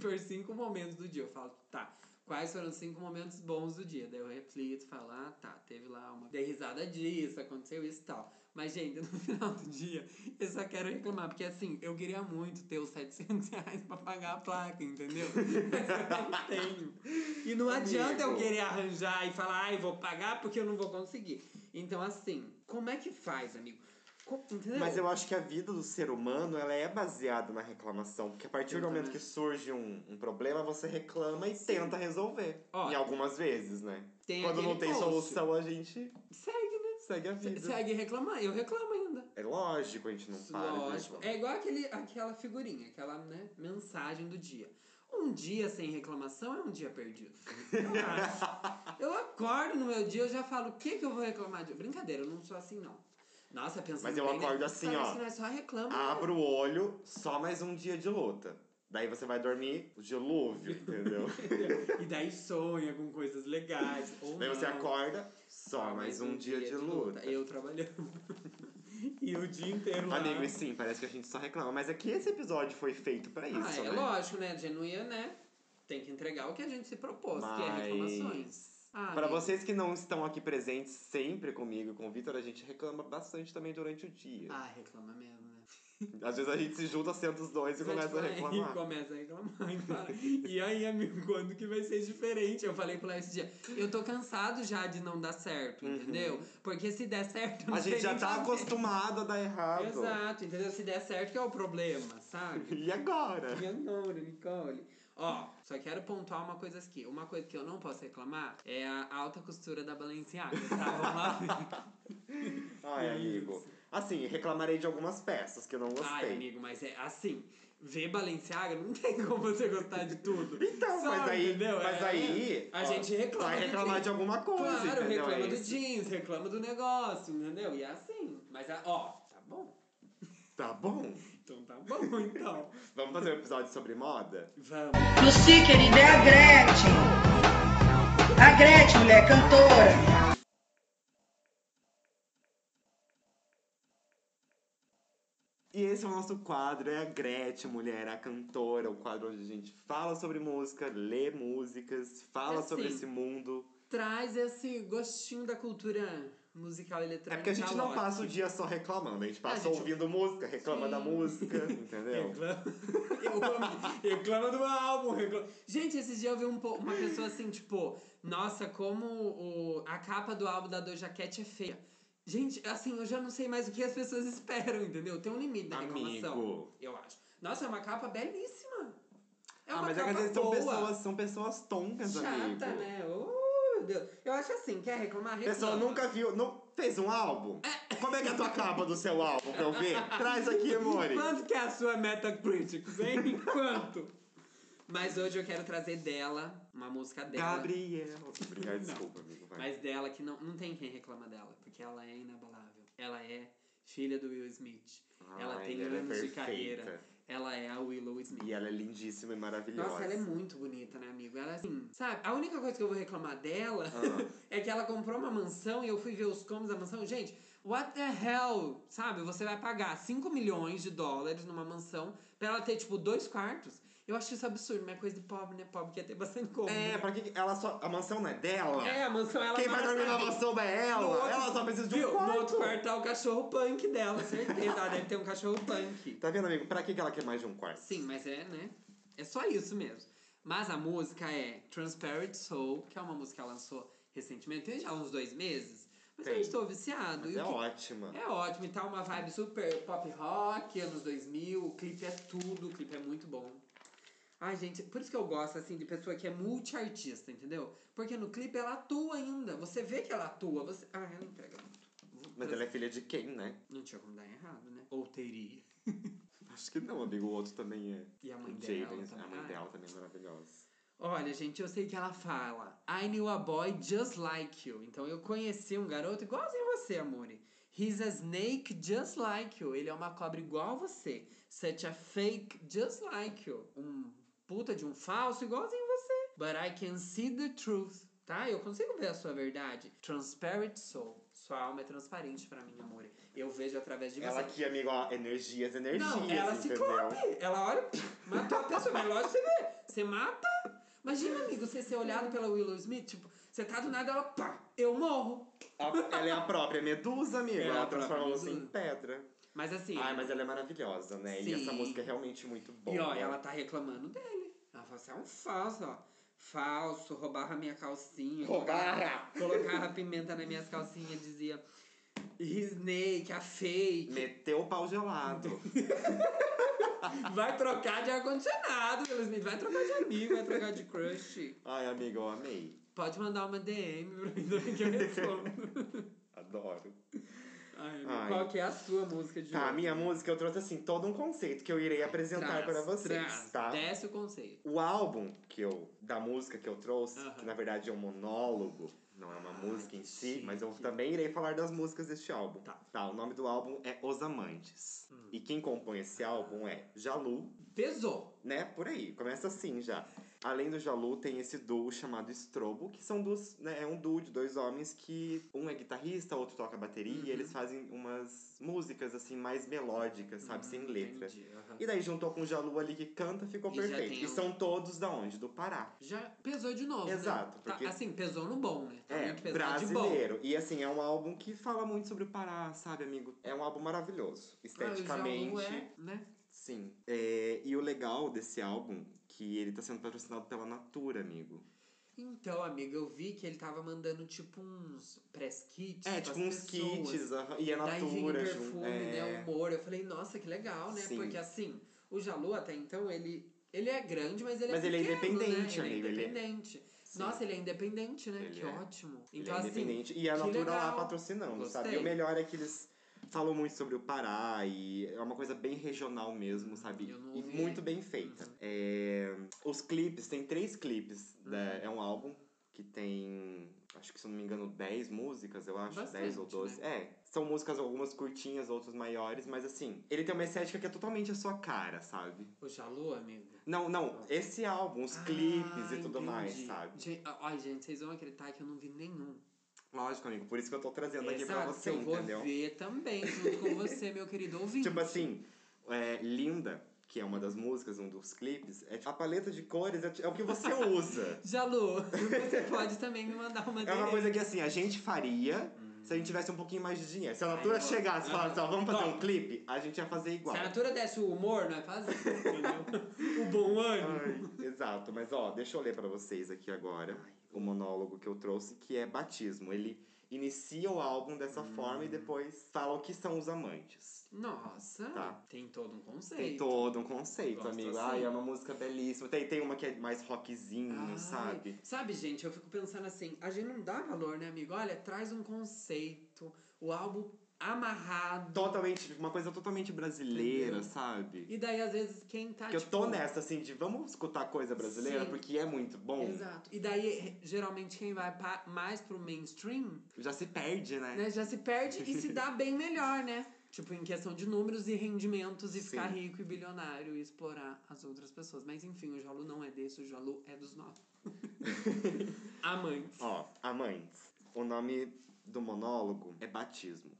Speaker 1: por cinco momentos do dia. Eu falo, tá, quais foram os cinco momentos bons do dia? Daí eu reflito, falo, ah, tá, teve lá uma. Dei risada disso, aconteceu isso e tal. Mas, gente, no final do dia, eu só quero reclamar, porque assim, eu queria muito ter os 700 reais pra pagar a placa, entendeu? Mas eu não tenho. E não adianta eu
Speaker 2: Amigo.
Speaker 1: querer arranjar e falar, ai, vou pagar porque eu não vou conseguir. Então, assim, como é que faz, amigo? Co- Entendeu?
Speaker 2: Mas eu acho que a vida do ser humano ela é baseada na reclamação. Porque a partir
Speaker 1: Eu
Speaker 2: do momento
Speaker 1: também.
Speaker 2: que surge um, um problema, você reclama e tenta resolver.
Speaker 1: Ó,
Speaker 2: em algumas vezes, né?
Speaker 1: tem
Speaker 2: Quando não
Speaker 1: aquele
Speaker 2: tem
Speaker 1: post.
Speaker 2: solução, a gente
Speaker 1: Segue, né?
Speaker 2: segue a vida.
Speaker 1: Se- Segue reclamar. Eu reclamo ainda.
Speaker 2: É lógico, a gente não para. de
Speaker 1: Lógico.
Speaker 2: reclamar.
Speaker 1: É igual aquele, aquela figurinha, aquela né, mensagem do dia. Um dia sem reclamação é um dia perdido. Eu acho. Eu acordo no meu dia, eu já falo, o que que eu vou reclamar de? Brincadeira, eu não sou assim, não. Nossa, pensando
Speaker 2: Mas eu
Speaker 1: bem, né?
Speaker 2: acordo assim,
Speaker 1: Parece
Speaker 2: ó.
Speaker 1: que nós só reclama.
Speaker 2: Abra o olho, só mais um dia de luta. Daí você vai dormir o dilúvio, entendeu?
Speaker 1: E daí sonha com coisas legais. Ou
Speaker 2: Ah. Daí
Speaker 1: não.
Speaker 2: você acorda, Uhum. só mais um dia de luta.
Speaker 1: Eu trabalhando. e o dia inteiro lá.
Speaker 2: Amigo, e sim, parece que a gente só reclama. Mas é que esse episódio foi feito pra isso,
Speaker 1: ah, é
Speaker 2: né?
Speaker 1: lógico, né? A gente não ia, né? Tem que entregar o que a gente se propôs, que é reclamações. Ah,
Speaker 2: Pra
Speaker 1: amigo,
Speaker 2: vocês que não estão aqui presentes sempre comigo e com o Vitor, a gente reclama bastante também durante o dia.
Speaker 1: Ah, reclama mesmo, né?
Speaker 2: Às vezes a gente se junta, senta os dois e começa a
Speaker 1: E
Speaker 2: reclamar.
Speaker 1: começa a reclamar. E, fala, e aí, amigo, quando que vai ser diferente? Eu falei pra ela esse dia, eu tô cansado já de não dar certo, entendeu? Porque se der certo, eu não
Speaker 2: Uhum. A gente
Speaker 1: sei
Speaker 2: já
Speaker 1: nem
Speaker 2: tá
Speaker 1: fazer.
Speaker 2: acostumado a dar errado.
Speaker 1: Exato, entendeu? Se der certo que é o problema, sabe?
Speaker 2: E agora?
Speaker 1: Minha Nora, Nicole. Ó, só quero pontuar uma coisa aqui. Uma coisa que eu não posso reclamar é a alta costura da Balenciaga, tá? Vamos lá.
Speaker 2: Ai, amigo. Assim, reclamarei de algumas peças que eu não gostei.
Speaker 1: Ai, amigo, mas é assim, ver Balenciaga não tem como você gostar de tudo.
Speaker 2: Então,
Speaker 1: Sabe,
Speaker 2: mas aí.
Speaker 1: entendeu?
Speaker 2: Mas
Speaker 1: É,
Speaker 2: aí.
Speaker 1: a
Speaker 2: ó,
Speaker 1: gente reclama
Speaker 2: Vai
Speaker 1: do
Speaker 2: reclamar
Speaker 1: jeito.
Speaker 2: de alguma coisa.
Speaker 1: Claro,
Speaker 2: entendeu?
Speaker 1: reclama
Speaker 2: É
Speaker 1: do
Speaker 2: isso.
Speaker 1: jeans, reclama do negócio, entendeu? E é assim. Mas, é- ó, tá bom.
Speaker 2: Tá bom.
Speaker 1: Então tá bom, então.
Speaker 2: Vamos fazer um episódio sobre moda?
Speaker 1: Vamos.
Speaker 3: Lucy, querida, é a Gretchen. A Gretchen, mulher, cantora.
Speaker 2: esse é o nosso quadro, é a Gretchen, mulher, a cantora, o quadro onde a gente fala sobre música, lê músicas, fala
Speaker 1: É
Speaker 2: sobre
Speaker 1: assim.
Speaker 2: esse mundo.
Speaker 1: Traz esse gostinho da cultura musical eletrônica.
Speaker 2: É porque a gente não
Speaker 1: logo.
Speaker 2: passa o dia só reclamando, a gente passa
Speaker 1: gente-
Speaker 2: ouvindo música, reclama
Speaker 1: Sim.
Speaker 2: da música, entendeu?
Speaker 1: Reclama, eu amo. reclama do meu álbum. Reclama. Gente, esses dias eu vi um po- uma pessoa assim, tipo, nossa, como o, a capa do álbum da Doja Cat é feia. Gente, assim, eu já não sei mais o que as pessoas esperam, entendeu? Tem um limite da reclamação,
Speaker 2: Amigo.
Speaker 1: eu acho. Nossa, é uma capa belíssima. É
Speaker 2: ah,
Speaker 1: uma
Speaker 2: mas é que
Speaker 1: capa
Speaker 2: às vezes são
Speaker 1: boa.
Speaker 2: pessoas, são pessoas tontas, amigo.
Speaker 1: Chata, né? Oh, meu Deus. Eu acho assim, quer reclamar?
Speaker 2: A
Speaker 1: Reclama.
Speaker 2: pessoa nunca viu, não fez um álbum? Como é que é a tua capa do seu álbum pra eu ver? Traz aqui, amore.
Speaker 1: Quanto que é a sua Metacritics, hein? Quanto? Mas hoje eu quero trazer dela, uma música dela.
Speaker 2: Gabriel. Obrigado,
Speaker 1: Não.
Speaker 2: desculpa, amigo. vai.
Speaker 1: Mas dela que não, não tem quem reclama dela, porque ela é inabalável. Ela é filha do Will Smith. ela
Speaker 2: Ai,
Speaker 1: tem
Speaker 2: ela é
Speaker 1: anos de
Speaker 2: perfeita.
Speaker 1: carreira. Ela é a Willow Smith.
Speaker 2: E ela é lindíssima e maravilhosa.
Speaker 1: Nossa, ela é muito bonita, né, amigo? Ela é assim, sabe? A única coisa que eu vou reclamar dela
Speaker 2: Ah.
Speaker 1: é que ela comprou uma mansão e eu fui ver os cômodos da mansão. Gente, what the hell? Sabe? Você vai pagar 5 milhões de dólares numa mansão pra ela ter, tipo, dois quartos? Eu acho isso absurdo, mas é coisa de pobre, né? Pobre quer ter bastante cômodo.
Speaker 2: É, pra que que- ela só. A mansão não é dela?
Speaker 1: É, a mansão ela
Speaker 2: Quem vai
Speaker 1: mora
Speaker 2: dormir na
Speaker 1: sozinha.
Speaker 2: mansão é ela?
Speaker 1: No outro-
Speaker 2: ela só precisa de um
Speaker 1: Viu?
Speaker 2: quarto.
Speaker 1: No outro quarto tá o cachorro punk dela, certeza. Ela deve ter um cachorro punk.
Speaker 2: Tá vendo, amigo? Pra que que ela quer mais de um quarto?
Speaker 1: Sim, mas é, né? É só isso mesmo. Mas a música é Transparent Soul, que é uma música que ela lançou recentemente, tem já uns dois meses. Mas eu
Speaker 2: Tem.
Speaker 1: estou viciado.
Speaker 2: Mas
Speaker 1: e
Speaker 2: é
Speaker 1: o que-
Speaker 2: ótima.
Speaker 1: é ótimo, e tá uma vibe super pop rock, anos 2000, o clipe é tudo, o clipe é muito bom. Ai, gente, por isso que eu gosto, assim, de pessoa que é multiartista, entendeu? Porque no clipe ela atua ainda, você vê que ela atua, você... Ah, eu não pego muito. Vou
Speaker 2: Mas
Speaker 1: trazer-
Speaker 2: ela é filha de quem, né?
Speaker 1: Não tinha como dar errado, né? Ou teria.
Speaker 2: Acho que não, amigo. O outro também é.
Speaker 1: E a mãe
Speaker 2: O
Speaker 1: dela
Speaker 2: Jaden,
Speaker 1: também.
Speaker 2: A mãe
Speaker 1: Ah.
Speaker 2: dela também é maravilhosa.
Speaker 1: Olha, gente, eu sei que ela fala I knew a boy just like you. Então eu conheci um garoto igualzinho a você, amore. He's a snake just like you. Ele é uma cobra igual a você. Such a fake just like you. Um puta de um falso igualzinho a você. But I can see the truth. Tá? Eu consigo ver a sua verdade. Transparent soul. Sua alma é transparente pra mim, amore. Eu vejo através de você.
Speaker 2: Ela aqui, amigo, ó, energias, energias.
Speaker 1: Não, ela se
Speaker 2: entendeu?
Speaker 1: come. Ela olha, matou a pessoa. Mas lógico, você vê. Você mata. Imagina, amigo, você ser olhado pela Willow Smith. Tipo, você tá do nada, ela pá, eu morro.
Speaker 2: A- Ela é a própria medusa, amigo.
Speaker 1: Ela é
Speaker 2: Ela
Speaker 1: a própria
Speaker 2: transforma você
Speaker 1: medusa.
Speaker 2: em pedra.
Speaker 1: Mas assim,
Speaker 2: Ai, mas ela é maravilhosa, né? E essa
Speaker 1: Sim.
Speaker 2: música é realmente muito boa.
Speaker 1: e ó, ela tá reclamando dele. Ela fala, você é um falso, ó. Falso, roubava minha calcinha.
Speaker 2: Roubara!
Speaker 1: Colocava pimenta nas minhas calcinhas, dizia... Snake, a fake.
Speaker 2: Meteu o pau gelado.
Speaker 1: Vai trocar de ar-condicionado, Willow Smith. Vai trocar de amigo, vai trocar de crush.
Speaker 2: Ai, amigo, eu amei.
Speaker 1: Pode mandar uma DM pra mim também que eu respondo.
Speaker 2: Adoro.
Speaker 1: Ai, amigo,
Speaker 2: Ai.
Speaker 1: Qual que é a sua música de
Speaker 2: Tá, a
Speaker 1: hoje?
Speaker 2: minha música eu trouxe assim todo um conceito que eu irei apresentar
Speaker 1: Traz,
Speaker 2: para vocês,
Speaker 1: traz.
Speaker 2: tá?
Speaker 1: Desce o conceito.
Speaker 2: O álbum que eu da música que eu trouxe,
Speaker 1: Aham. Ah,
Speaker 2: que na verdade é um monólogo, não é uma
Speaker 1: Ai,
Speaker 2: música em
Speaker 1: que
Speaker 2: si, mas eu
Speaker 1: chique.
Speaker 2: também irei falar das músicas deste álbum.
Speaker 1: Tá. Hum.
Speaker 2: o nome do álbum é Os Amantes. E quem compõe esse álbum é Jalu,
Speaker 1: Pesou.
Speaker 2: né? Por aí, começa assim já. Além do Jalu, tem esse duo chamado Estrobo, que são duas, né, é um duo de dois homens que um é guitarrista, outro toca bateria,
Speaker 1: Uhum.
Speaker 2: e eles fazem umas músicas assim mais melódicas,
Speaker 1: Hum,
Speaker 2: sabe, sem letra.
Speaker 1: Entendi, aham.
Speaker 2: E daí juntou com o Jalu ali que canta, ficou
Speaker 1: E já
Speaker 2: perfeito.
Speaker 1: tem
Speaker 2: E
Speaker 1: um-
Speaker 2: são todos da onde? Do Pará.
Speaker 1: Já pesou de novo. né?
Speaker 2: Exato,
Speaker 1: Tá,
Speaker 2: porque-
Speaker 1: assim, pesou no bom, né? Tá
Speaker 2: É,
Speaker 1: muito pesado de bom.
Speaker 2: brasileiro. E assim, é um álbum que fala muito sobre o Pará, sabe, amigo? É um álbum maravilhoso.
Speaker 1: Ah, o
Speaker 2: Esteticamente.
Speaker 1: Jalu é, né?
Speaker 2: Sim. É, e o legal desse álbum, que ele tá sendo patrocinado pela Natura, amigo.
Speaker 1: Então, amiga, eu vi que ele tava mandando tipo uns press kits.
Speaker 2: É,
Speaker 1: pras
Speaker 2: tipo uns
Speaker 1: pessoas.
Speaker 2: kits, aham, e
Speaker 1: Daí
Speaker 2: a
Speaker 1: vinha o
Speaker 2: Natura junto.
Speaker 1: perfume, né? O
Speaker 2: É,
Speaker 1: humor. Eu falei, nossa, que legal, né?
Speaker 2: Sim.
Speaker 1: Porque assim, o Jalu até então, ele, ele é grande, mas ele é
Speaker 2: Mas ele é
Speaker 1: pequeno, né?
Speaker 2: independente,
Speaker 1: Ele é
Speaker 2: amigo, ele é-
Speaker 1: independente.
Speaker 2: sim.
Speaker 1: Nossa, ele é independente, né?
Speaker 2: Ele
Speaker 1: que
Speaker 2: é.
Speaker 1: ótimo.
Speaker 2: Ele
Speaker 1: Então,
Speaker 2: é
Speaker 1: assim,
Speaker 2: independente. e a
Speaker 1: que
Speaker 2: Natura lá
Speaker 1: legal.
Speaker 2: patrocinando, sabe?
Speaker 1: Gostei.
Speaker 2: E o melhor é que eles falam muito sobre o Pará e é uma coisa bem regional mesmo, sabe?
Speaker 1: Eu não
Speaker 2: E
Speaker 1: ouvi. Uhum.
Speaker 2: muito bem feita. É, os clipes, tem três clipes. né?
Speaker 1: Uhum.
Speaker 2: É um álbum que tem, acho que se eu não me engano, 10 músicas, eu acho.
Speaker 1: Bastante, né?
Speaker 2: 10 ou 12. É. São músicas, algumas curtinhas, outras maiores, mas assim, ele tem uma estética que é totalmente a sua cara, sabe?
Speaker 1: o Jalu, amigo.
Speaker 2: Não, não, esse álbum, os
Speaker 1: Ah,
Speaker 2: clipes e tudo
Speaker 1: entendi.
Speaker 2: mais, sabe?
Speaker 1: Gente, ah, ai, gente, vocês vão acreditar que eu não vi nenhum.
Speaker 2: Lógico, amigo, por isso que eu tô trazendo aqui pra
Speaker 1: Exato,
Speaker 2: você,
Speaker 1: que eu vou
Speaker 2: entendeu?
Speaker 1: ver também, junto com você, meu querido ouvinte.
Speaker 2: Tipo assim, é, Linda, que é uma das músicas, um dos clipes, é, a paleta de cores é, é o que você usa.
Speaker 1: Jalu, você pode também me mandar uma
Speaker 2: É uma
Speaker 1: DM.
Speaker 2: coisa que assim, a gente faria se a gente tivesse um pouquinho mais de dinheiro. Se a Natura
Speaker 3: Ai, não.
Speaker 2: chegasse e falasse, ó, vamos fazer
Speaker 1: Não.
Speaker 2: um clipe, a gente ia fazer
Speaker 1: Se
Speaker 2: igual.
Speaker 1: a natura desse o humor, não é fazer, entendeu? o bom ânimo.
Speaker 2: Ai, exato, mas ó, deixa eu ler pra vocês aqui agora o monólogo que eu trouxe, que é batismo. Ele inicia o álbum dessa
Speaker 1: Hum.
Speaker 2: forma e depois fala o que são os amantes.
Speaker 1: Nossa,
Speaker 2: Tá.
Speaker 1: tem todo um conceito.
Speaker 2: Tem todo um conceito,
Speaker 1: Gosto
Speaker 2: amigo.
Speaker 1: assim.
Speaker 2: Ai, é uma música belíssima. Tem, tem uma que é mais rockzinho,
Speaker 1: Ai,
Speaker 2: sabe?
Speaker 1: Sabe, gente, eu fico pensando assim, a gente não dá valor, né, amigo? Olha, traz um conceito, o álbum amarrado.
Speaker 2: Totalmente, uma coisa totalmente brasileira,
Speaker 1: Entendeu?
Speaker 2: sabe?
Speaker 1: E daí, às vezes, quem tá,
Speaker 2: Porque eu
Speaker 1: tipo...
Speaker 2: tô nessa, assim, de vamos escutar coisa brasileira,
Speaker 1: Sim.
Speaker 2: porque é muito bom.
Speaker 1: Exato. E daí, geralmente, quem vai pa- mais pro mainstream,
Speaker 2: Já se perde, né?
Speaker 1: né, já se perde e se dá bem melhor, né? Tipo, em questão de números e rendimentos e ficar
Speaker 2: Sim.
Speaker 1: rico e bilionário e explorar as outras pessoas. Mas enfim, o Jalu não é desse, o Jalu é dos nossos. Amantes.
Speaker 2: Ó, amantes. O nome do monólogo é batismo.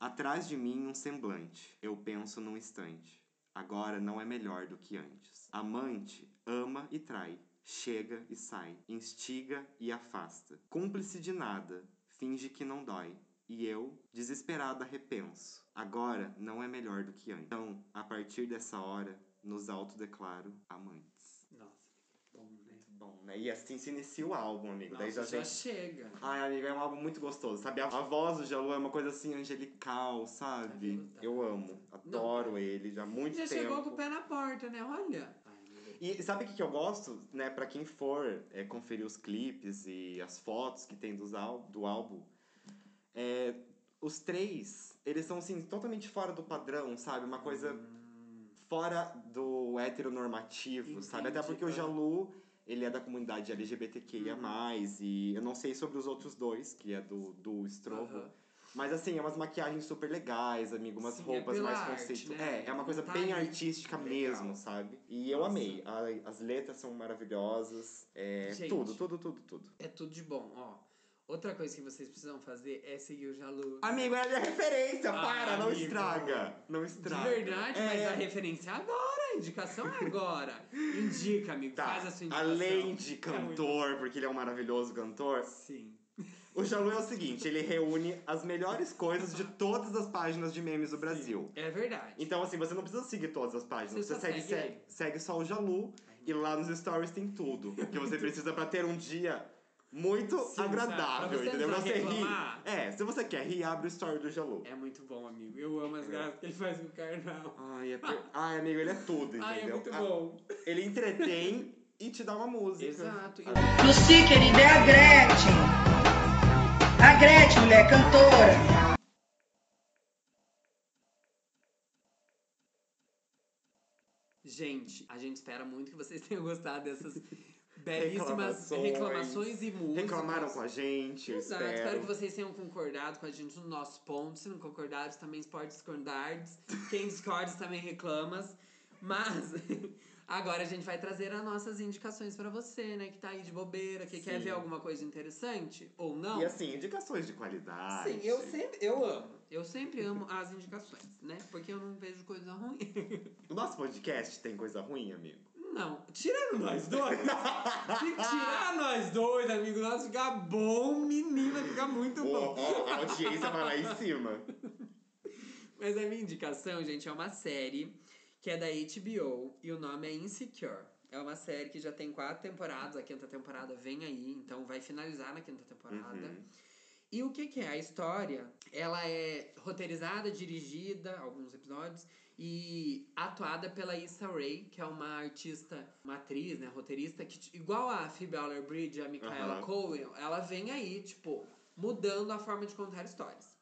Speaker 2: Atrás de mim um semblante. Eu penso num instante. Agora não é melhor do que antes. Amante ama e trai. Chega e sai. Instiga e afasta. Cúmplice de nada. Finge que não dói. E eu, desesperada, repenso. Agora não é melhor do que antes. Então, a partir dessa hora, nos autodeclaro amantes.
Speaker 1: Nossa, bom, né?
Speaker 2: Bom, né? E assim se inicia o álbum, amigo. Daí
Speaker 1: Nossa, já
Speaker 2: já vem
Speaker 1: chega.
Speaker 2: Ai, amiga, é um álbum muito gostoso, sabe? A, a voz do Jalu é uma coisa assim, angelical,
Speaker 1: Ai,
Speaker 2: sabe?
Speaker 1: meu Deus.
Speaker 2: Eu amo, adoro ele já há muito
Speaker 1: é. Já
Speaker 2: tempo.
Speaker 1: chegou com o pé na porta, né? Olha.
Speaker 2: E sabe o que, que eu gosto, né? Pra quem for é, conferir os clipes e as fotos que tem dos ál- do álbum, é, os três, eles são assim, totalmente fora do padrão, sabe? Uma
Speaker 1: Uhum.
Speaker 2: coisa Uhum. fora do heteronormativo, sabe? Até
Speaker 1: Entendi,
Speaker 2: porque o
Speaker 1: é.
Speaker 2: Jalu, ele é da comunidade
Speaker 1: Uhum.
Speaker 2: LGBTQIA+, e eu não sei sobre os outros dois, que é do, do Estrobo.
Speaker 1: Aham.
Speaker 2: Mas assim, é umas maquiagens super legais, amigo, umas
Speaker 1: Sim, é
Speaker 2: roupas
Speaker 1: pela
Speaker 2: mais
Speaker 1: arte,
Speaker 2: conceitu...
Speaker 1: né?
Speaker 2: É, é uma coisa
Speaker 1: Tá
Speaker 2: bem
Speaker 1: ali.
Speaker 2: artística
Speaker 1: Legal.
Speaker 2: mesmo, sabe? E eu
Speaker 1: Nossa.
Speaker 2: amei. A- as letras são maravilhosas. É,
Speaker 1: Gente.
Speaker 2: tudo, tudo, tudo, tudo.
Speaker 1: É tudo de bom, ó. Outra coisa que vocês precisam fazer é seguir o Jalu.
Speaker 2: Amigo, é a minha referência,
Speaker 1: Ah,
Speaker 2: para, não
Speaker 1: amigo.
Speaker 2: estraga. Não
Speaker 1: De
Speaker 2: estraga.
Speaker 1: verdade,
Speaker 2: é,
Speaker 1: mas a referência é agora, a indicação é agora. Indica, amigo,
Speaker 2: Tá,
Speaker 1: faz a sua indicação.
Speaker 2: além de
Speaker 1: É
Speaker 2: cantor, porque ele é um maravilhoso cantor,
Speaker 1: muito- Sim.
Speaker 2: o Jalu é o seguinte, ele reúne as melhores coisas de todas as páginas de memes do Brasil.
Speaker 1: É verdade.
Speaker 2: Então, assim, você não precisa seguir todas as páginas.
Speaker 1: Você só
Speaker 2: Você, segue,
Speaker 1: segue
Speaker 2: segue, segue só o Jalu e lá nos stories tem tudo. O que você precisa pra ter um dia muito
Speaker 1: Sim, sabe? Pra
Speaker 2: agradável,
Speaker 1: você
Speaker 2: entendeu?
Speaker 1: não
Speaker 2: Pra você rir.
Speaker 1: reclamar.
Speaker 2: É, se você quer rir, abre o story do Jalu.
Speaker 1: É muito bom, amigo. Eu amo as
Speaker 2: É.
Speaker 1: graças que ele faz com o Carnal.
Speaker 2: Ai, é per- Ai, amigo, ele é tudo, entendeu?
Speaker 1: Ai, é muito
Speaker 2: Ah,
Speaker 1: bom.
Speaker 2: Ele entretém e te dá uma música. Ah,
Speaker 1: Exato. E
Speaker 4: Lucy, querida, é a Gretchen. A Gretchen, mulher, cantora.
Speaker 1: Gente, a gente espera muito que vocês tenham gostado dessas belíssimas
Speaker 2: Reclamações.
Speaker 1: reclamações e músicas.
Speaker 2: Reclamaram com a gente, eu
Speaker 1: Exato,
Speaker 2: espero.
Speaker 1: espero que vocês tenham concordado com a gente nos nossos pontos. Se não concordares, também pode discordar. Quem discorda também reclamas. Mas agora a gente vai trazer as nossas indicações pra você, né? Que tá aí de bobeira, que quer
Speaker 2: Sim.
Speaker 1: ver alguma coisa interessante ou não.
Speaker 2: E assim, indicações de qualidade.
Speaker 1: Sim, eu sempre. Eu amo. Eu sempre amo as indicações, né? Porque eu não vejo coisa ruim.
Speaker 2: O nosso podcast tem coisa ruim, amigo?
Speaker 1: Não, tirando nós dois. Se tirar nós dois, amigo, nós ficar bom, menina, fica muito
Speaker 2: Ó,
Speaker 1: bom.
Speaker 2: ó, a audiência vai lá em cima.
Speaker 1: Mas a minha indicação, gente, é uma série que é da HBO e o nome é Insecure. É uma série que já tem quatro temporadas, a quinta temporada vem aí, então vai finalizar na quinta temporada.
Speaker 2: Uhum.
Speaker 1: E o que, que é a história? Ela é roteirizada, dirigida, alguns episódios, e atuada pela Issa Rae, que é uma artista, uma atriz, né, roteirista, que t- igual a Phoebe Waller-Bridge, a Michaela
Speaker 2: Aham.
Speaker 1: Cohen, ela vem aí, tipo, mudando a forma de contar histórias.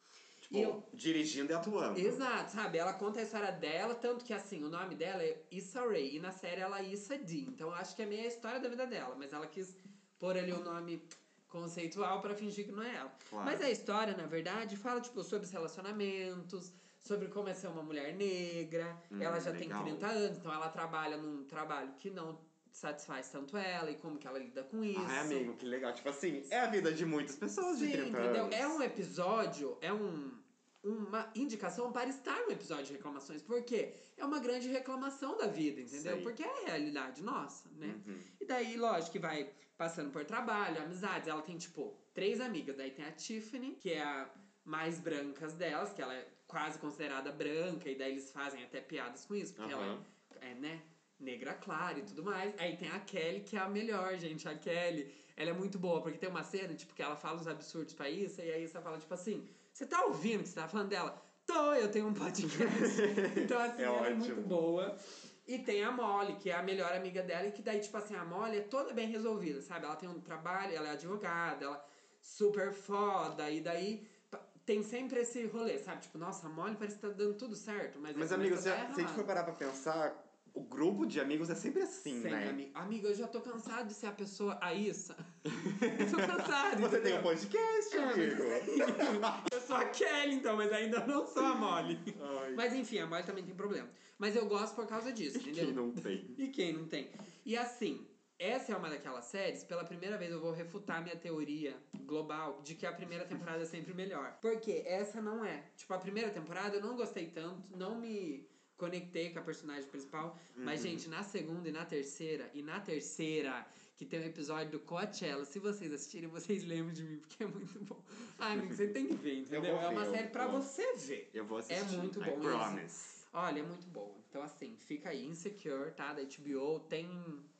Speaker 2: Tipo,
Speaker 1: E eu-
Speaker 2: dirigindo e atuando.
Speaker 1: Exato, sabe? Ela conta a história dela, tanto que assim, o nome dela é Issa Rae, e na série ela é Issa Dean. Então eu acho que é meio a história da vida dela, mas ela quis pôr ali o nome conceitual pra fingir que não é ela.
Speaker 2: Claro.
Speaker 1: Mas a história, na verdade, fala tipo sobre os relacionamentos, sobre como é ser uma mulher negra.
Speaker 2: Hum,
Speaker 1: ela já
Speaker 2: legal.
Speaker 1: tem 30 anos, então ela trabalha num trabalho que não satisfaz tanto ela e como que ela lida com isso.
Speaker 2: Ai, Ah, é amigo, que legal. Tipo assim, é a vida de muitas pessoas de
Speaker 1: Sim,
Speaker 2: 30
Speaker 1: entendeu?
Speaker 2: anos.
Speaker 1: É um episódio, é um uma indicação para estar no episódio de reclamações, porque é uma grande reclamação da vida, entendeu?
Speaker 2: aí.
Speaker 1: Porque é a realidade nossa, né?
Speaker 2: Uhum.
Speaker 1: E daí, lógico, que vai passando por trabalho, amizades. Ela tem, tipo, três amigas. Daí tem a Tiffany, que é a mais brancas delas, que ela é quase considerada branca, e daí eles fazem até piadas com isso, porque ela
Speaker 2: Aham.
Speaker 1: é, é, né? Negra clara e tudo mais. Aí tem a Kelly, que é a melhor, gente. A Kelly, ela é muito boa, porque tem uma cena, tipo, que ela fala uns absurdos pra Issa, e aí Issa fala, tipo assim, você tá ouvindo o que você tá falando dela? Tô, eu tenho um podcast. então, assim,
Speaker 2: É
Speaker 1: ela é
Speaker 2: ótimo.
Speaker 1: muito boa. E tem a Molly, que é a melhor amiga dela, e que daí, tipo assim, a Molly é toda bem resolvida, sabe? Ela tem um trabalho, ela é advogada, ela super foda, e daí pa- tem sempre esse rolê, sabe? Tipo, nossa, a Molly parece que tá dando tudo certo, mas...
Speaker 2: Mas,
Speaker 1: essa
Speaker 2: amigo,
Speaker 1: menina
Speaker 2: se,
Speaker 1: tá
Speaker 2: a- se a gente for
Speaker 1: errada.
Speaker 2: parar pra pensar, o grupo de amigos é sempre tipo, assim,
Speaker 1: Sempre,
Speaker 2: né?
Speaker 1: ami- Amiga, eu já tô cansado de ser a pessoa, a Issa. eu tô cansado,
Speaker 2: Você tem
Speaker 1: entendeu?
Speaker 2: um podcast,
Speaker 1: É, mas
Speaker 2: amigo.
Speaker 1: Eu sou a Kelly, então, mas ainda não sou a Molly.
Speaker 2: Ai,
Speaker 1: Mas enfim, a Molly também tem problema. Mas eu gosto por causa disso, entendeu?
Speaker 2: quem não tem?
Speaker 1: E quem não tem? E assim, essa é uma daquelas séries, pela primeira vez eu vou refutar minha teoria global de que a primeira temporada é sempre melhor. Porque essa não é. Tipo, a primeira temporada eu não gostei tanto, não me conectei com a personagem principal. Mas,
Speaker 2: Uhum.
Speaker 1: gente, na segunda e na terceira, e na terceira, que tem um episódio do Coachella, se vocês assistirem, vocês lembram de mim, porque é muito bom. Ah, amigo, você tem que ver, entendeu?
Speaker 2: vou
Speaker 1: É uma
Speaker 2: ver, eu
Speaker 1: série pra
Speaker 2: vou.
Speaker 1: você ver.
Speaker 2: Eu vou assistir.
Speaker 1: É muito
Speaker 2: I
Speaker 1: bom
Speaker 2: promise.
Speaker 1: Olha, é muito boa. Então, assim, fica aí, Insecure, tá? Da HBO, tem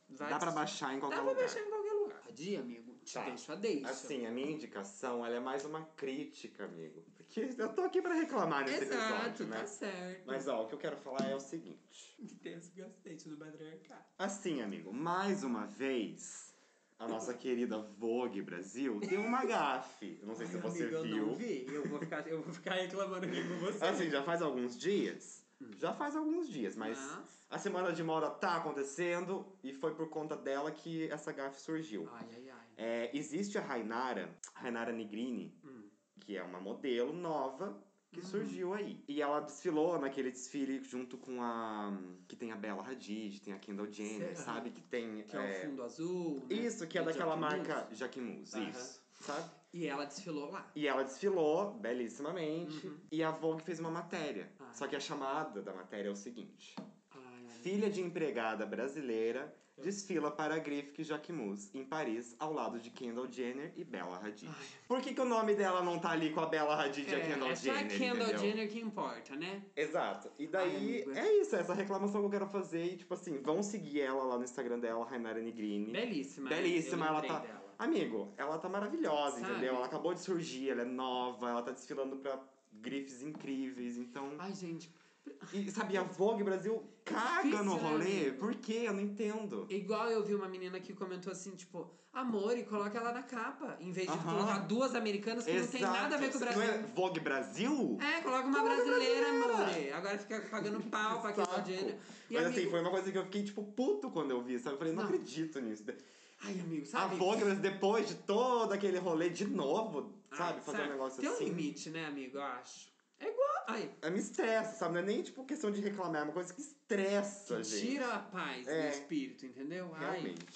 Speaker 1: vários...
Speaker 2: Dá pra baixar em qualquer
Speaker 1: Dá pra
Speaker 2: lugar.
Speaker 1: baixar em qualquer lugar. Pode ir, amigo. Te
Speaker 2: Tá.
Speaker 1: deixo a deixa.
Speaker 2: Assim, a minha indicação, ela é mais uma crítica, amigo. Porque eu tô aqui pra reclamar nesse
Speaker 1: Exato,
Speaker 2: episódio, né?
Speaker 1: tá certo.
Speaker 2: Mas, ó, o que eu quero falar é o seguinte.
Speaker 1: Que tem esse gastete do patriarcado.
Speaker 2: Assim, amigo, mais uma vez, a nossa querida Vogue Brasil deu uma gafe. Eu Não sei se
Speaker 1: Ai,
Speaker 2: você
Speaker 1: amigo, Eu não
Speaker 2: viu.
Speaker 1: vi. Eu vou ficar, eu vou ficar reclamando aqui com você.
Speaker 2: Assim, já faz alguns dias.
Speaker 1: Hum.
Speaker 2: Já faz alguns dias, mas
Speaker 1: Ah.
Speaker 2: a semana de moda tá acontecendo e foi por conta dela que essa gafe surgiu.
Speaker 1: Ai, ai, ai.
Speaker 2: É, existe a Rainara, Rainara Negrini,
Speaker 1: Hum.
Speaker 2: que é uma modelo nova que
Speaker 1: Uhum.
Speaker 2: surgiu aí. E ela desfilou naquele desfile junto com a. que tem a Bella Hadid, tem a Kendall Jenner,
Speaker 1: Será?
Speaker 2: sabe? Que tem.
Speaker 1: Que é, o
Speaker 2: é,
Speaker 1: fundo azul, né?
Speaker 2: Isso, que é
Speaker 1: Do
Speaker 2: daquela
Speaker 1: Jack
Speaker 2: marca
Speaker 1: Moose.
Speaker 2: Jacquemus,
Speaker 1: Aham.
Speaker 2: isso. Sabe?
Speaker 1: E ela desfilou lá.
Speaker 2: E ela desfilou belíssimamente.
Speaker 1: Uhum.
Speaker 2: E a Vogue fez uma matéria.
Speaker 1: Ai.
Speaker 2: Só que a chamada da matéria é o seguinte:
Speaker 1: Ai, ai.
Speaker 2: Filha de empregada brasileira desfila para a Griffith Jacquemus em Paris, ao lado de Kendall Jenner e Bella Hadid.
Speaker 1: Ai.
Speaker 2: Por que, que o nome dela não tá ali com a Bella Hadid e a Kendall
Speaker 1: é, só a
Speaker 2: Jenner?
Speaker 1: Kendall
Speaker 2: entendeu?
Speaker 1: Jenner que importa, né?
Speaker 2: Exato. E
Speaker 1: Ai,
Speaker 2: daí
Speaker 1: amigo.
Speaker 2: é isso, é essa reclamação que eu quero fazer. E, tipo assim, vão seguir ela lá no Instagram dela, Rainara Negrini.
Speaker 1: Belíssima. né?
Speaker 2: Belíssima,
Speaker 1: Eu
Speaker 2: ela
Speaker 1: lembrei
Speaker 2: tá.
Speaker 1: dela.
Speaker 2: Amigo, ela tá maravilhosa,
Speaker 1: Sabe?
Speaker 2: entendeu? Ela acabou de surgir, ela é nova, ela tá desfilando pra grifes incríveis, então.
Speaker 1: Ai, gente,
Speaker 2: E sabe, a Vogue Brasil caga no
Speaker 1: difícil, né,
Speaker 2: rolê.
Speaker 1: amigo?
Speaker 2: Por quê? Eu não entendo.
Speaker 1: Igual eu vi uma menina que comentou assim, tipo, amor, e coloca ela na capa. Em vez de
Speaker 2: Aham.
Speaker 1: colocar duas americanas que não tem nada a ver com o
Speaker 2: Exato.
Speaker 1: Brasil.
Speaker 2: Não é Vogue Brasil?
Speaker 1: É, coloca uma
Speaker 2: Coloca
Speaker 1: brasileira,
Speaker 2: brasileira.
Speaker 1: amor. Agora fica pagando pau pra
Speaker 2: Saco.
Speaker 1: Kendall Jenner. E
Speaker 2: Mas
Speaker 1: amigo,
Speaker 2: assim, foi uma coisa que eu fiquei, tipo, puto quando eu vi, sabe? Eu falei, não,
Speaker 1: Não.
Speaker 2: acredito nisso.
Speaker 1: Ai, amigo,
Speaker 2: A
Speaker 1: sabe?
Speaker 2: Vogue Brasil, depois de todo aquele rolê de novo,
Speaker 1: Ah,
Speaker 2: sabe? Fazer um negócio
Speaker 1: Tem
Speaker 2: assim.
Speaker 1: um limite, né, amigo? Eu acho. É igual. Ai,
Speaker 2: É, me estressa, sabe? Não é nem, tipo, questão de reclamar, é uma coisa que estressa,
Speaker 1: que
Speaker 2: gente.
Speaker 1: tira a paz
Speaker 2: É.
Speaker 1: do espírito, entendeu? Ai,
Speaker 2: Realmente.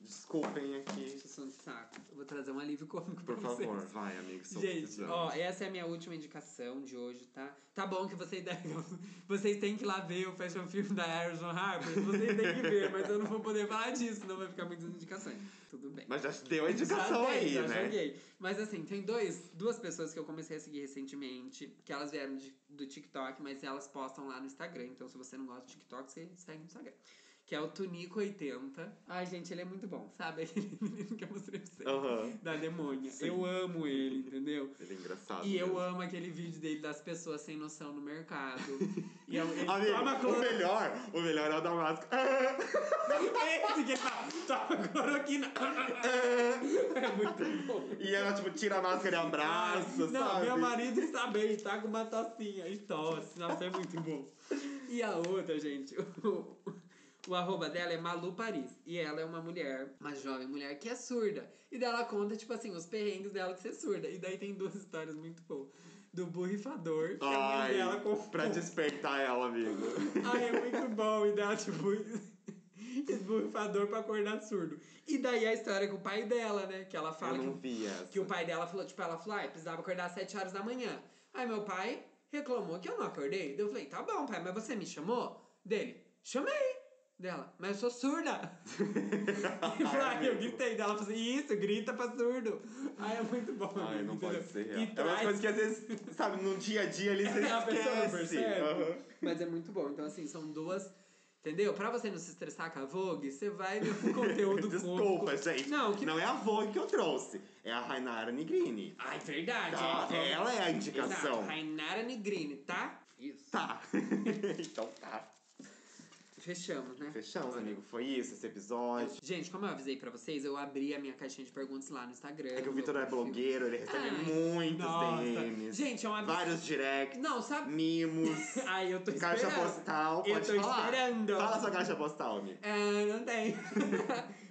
Speaker 2: Desculpem aqui.
Speaker 1: discussão de saco. Eu vou trazer um alívio cômico pra
Speaker 2: Por
Speaker 1: vocês.
Speaker 2: favor, vai, amigo. Estou
Speaker 1: Gente,
Speaker 2: precisando.
Speaker 1: ó, essa é a minha última indicação de hoje, tá? Tá bom que vocês, vocês têm que ir lá ver o fashion film da Harrison Harper, vocês têm que ver, mas eu não vou poder falar disso, não vai ficar muitas indicações. Tudo bem.
Speaker 2: Mas já deu a indicação
Speaker 1: Já dei,
Speaker 2: aí,
Speaker 1: já
Speaker 2: né?
Speaker 1: joguei. Mas assim, tem dois, duas pessoas que eu comecei a seguir recentemente, que elas vieram de- do TikTok, mas elas postam lá no Instagram. Então, se você não gosta do TikTok, você segue no Instagram. Que é o Tunico80. Ai, gente, ele é muito bom, sabe? Aquele menino que eu mostrei pra vocês.
Speaker 2: Aham.
Speaker 1: Da demônia.
Speaker 2: Sim.
Speaker 1: Eu amo ele, entendeu?
Speaker 2: Ele é engraçado.
Speaker 1: E eu
Speaker 2: mesmo.
Speaker 1: amo aquele vídeo dele das pessoas sem noção no mercado. E eu, ele
Speaker 2: Amigo,
Speaker 1: toma
Speaker 2: o
Speaker 1: cloro...
Speaker 2: melhor, o melhor é o da máscara. Ah,
Speaker 1: Esse que ele fala, toma cloroquina.
Speaker 2: ah.
Speaker 1: É muito bom.
Speaker 2: E ela, tipo, tira a máscara e abraça,
Speaker 1: Não,
Speaker 2: sabe?
Speaker 1: meu marido está bem, tá com uma tocinha e tosse. Nossa, é muito bom. E a outra, gente, o, o arroba dela é Malu Paris. E ela é uma mulher, uma jovem mulher que é surda. E daí ela conta, tipo assim, os perrengues dela de ser surda. E daí tem duas histórias muito boas. Do borrifador, que é a mãe
Speaker 2: Ai,
Speaker 1: dela com
Speaker 2: pra despertar ela, amigo.
Speaker 1: Ai, é muito bom. E dá, tipo, esburrifador pra acordar surdo. E daí a história com o pai dela, né? Que ela fala
Speaker 2: eu
Speaker 1: que,
Speaker 2: não
Speaker 1: o-
Speaker 2: vi essa.
Speaker 1: que o pai dela falou, tipo, ela falou, ai, precisava acordar às 7 horas da manhã. Aí meu pai reclamou que eu não acordei. Daí Eu falei, tá bom, pai, mas você me chamou? Dele, chamei. Dela, mas eu sou surda. e foi aí eu gritei dela, falou assim, isso, grita pra surdo. Ai, é muito bom.
Speaker 2: Ai, não
Speaker 1: entendeu?
Speaker 2: pode ser real.
Speaker 1: E
Speaker 2: É uma
Speaker 1: traz-
Speaker 2: coisa que às vezes, sabe, no dia a dia ali você
Speaker 1: a pessoa não
Speaker 2: esquece.
Speaker 1: percebe.
Speaker 2: Aham.
Speaker 1: Mas é muito bom. Então, assim, são duas. Entendeu? Pra você não se estressar com a Vogue, você vai no conteúdo
Speaker 2: Desculpa,
Speaker 1: cômico.
Speaker 2: gente.
Speaker 1: Não,
Speaker 2: Não,
Speaker 1: que-
Speaker 2: é a Vogue que eu trouxe. É a Rainara Negrini.
Speaker 1: Ai, verdade.
Speaker 2: Tá?
Speaker 1: hein?
Speaker 2: Ela é a
Speaker 1: Exato,
Speaker 2: indicação.
Speaker 1: Rainara Negrini, tá? Isso.
Speaker 2: Tá. então tá.
Speaker 1: Fechamos, né?
Speaker 2: Fechamos, amigo. Foi isso, esse episódio.
Speaker 1: Gente, como eu avisei pra vocês, eu abri a minha caixinha de perguntas lá no Instagram.
Speaker 2: É que o
Speaker 1: no
Speaker 2: Vitor
Speaker 1: meu
Speaker 2: é
Speaker 1: perfil.
Speaker 2: blogueiro, ele recebe
Speaker 1: Ai,
Speaker 2: muitos
Speaker 1: nossa.
Speaker 2: DMs.
Speaker 1: Gente, é uma
Speaker 2: Vários directs.
Speaker 1: Não, sabe?
Speaker 2: Mimos.
Speaker 1: Ai, eu tô
Speaker 2: Caixa
Speaker 1: esperando.
Speaker 2: postal,
Speaker 1: Eu
Speaker 2: pode
Speaker 1: tô
Speaker 2: falar.
Speaker 1: esperando.
Speaker 2: Fala sua caixa postal, amigo.
Speaker 1: É, não tem.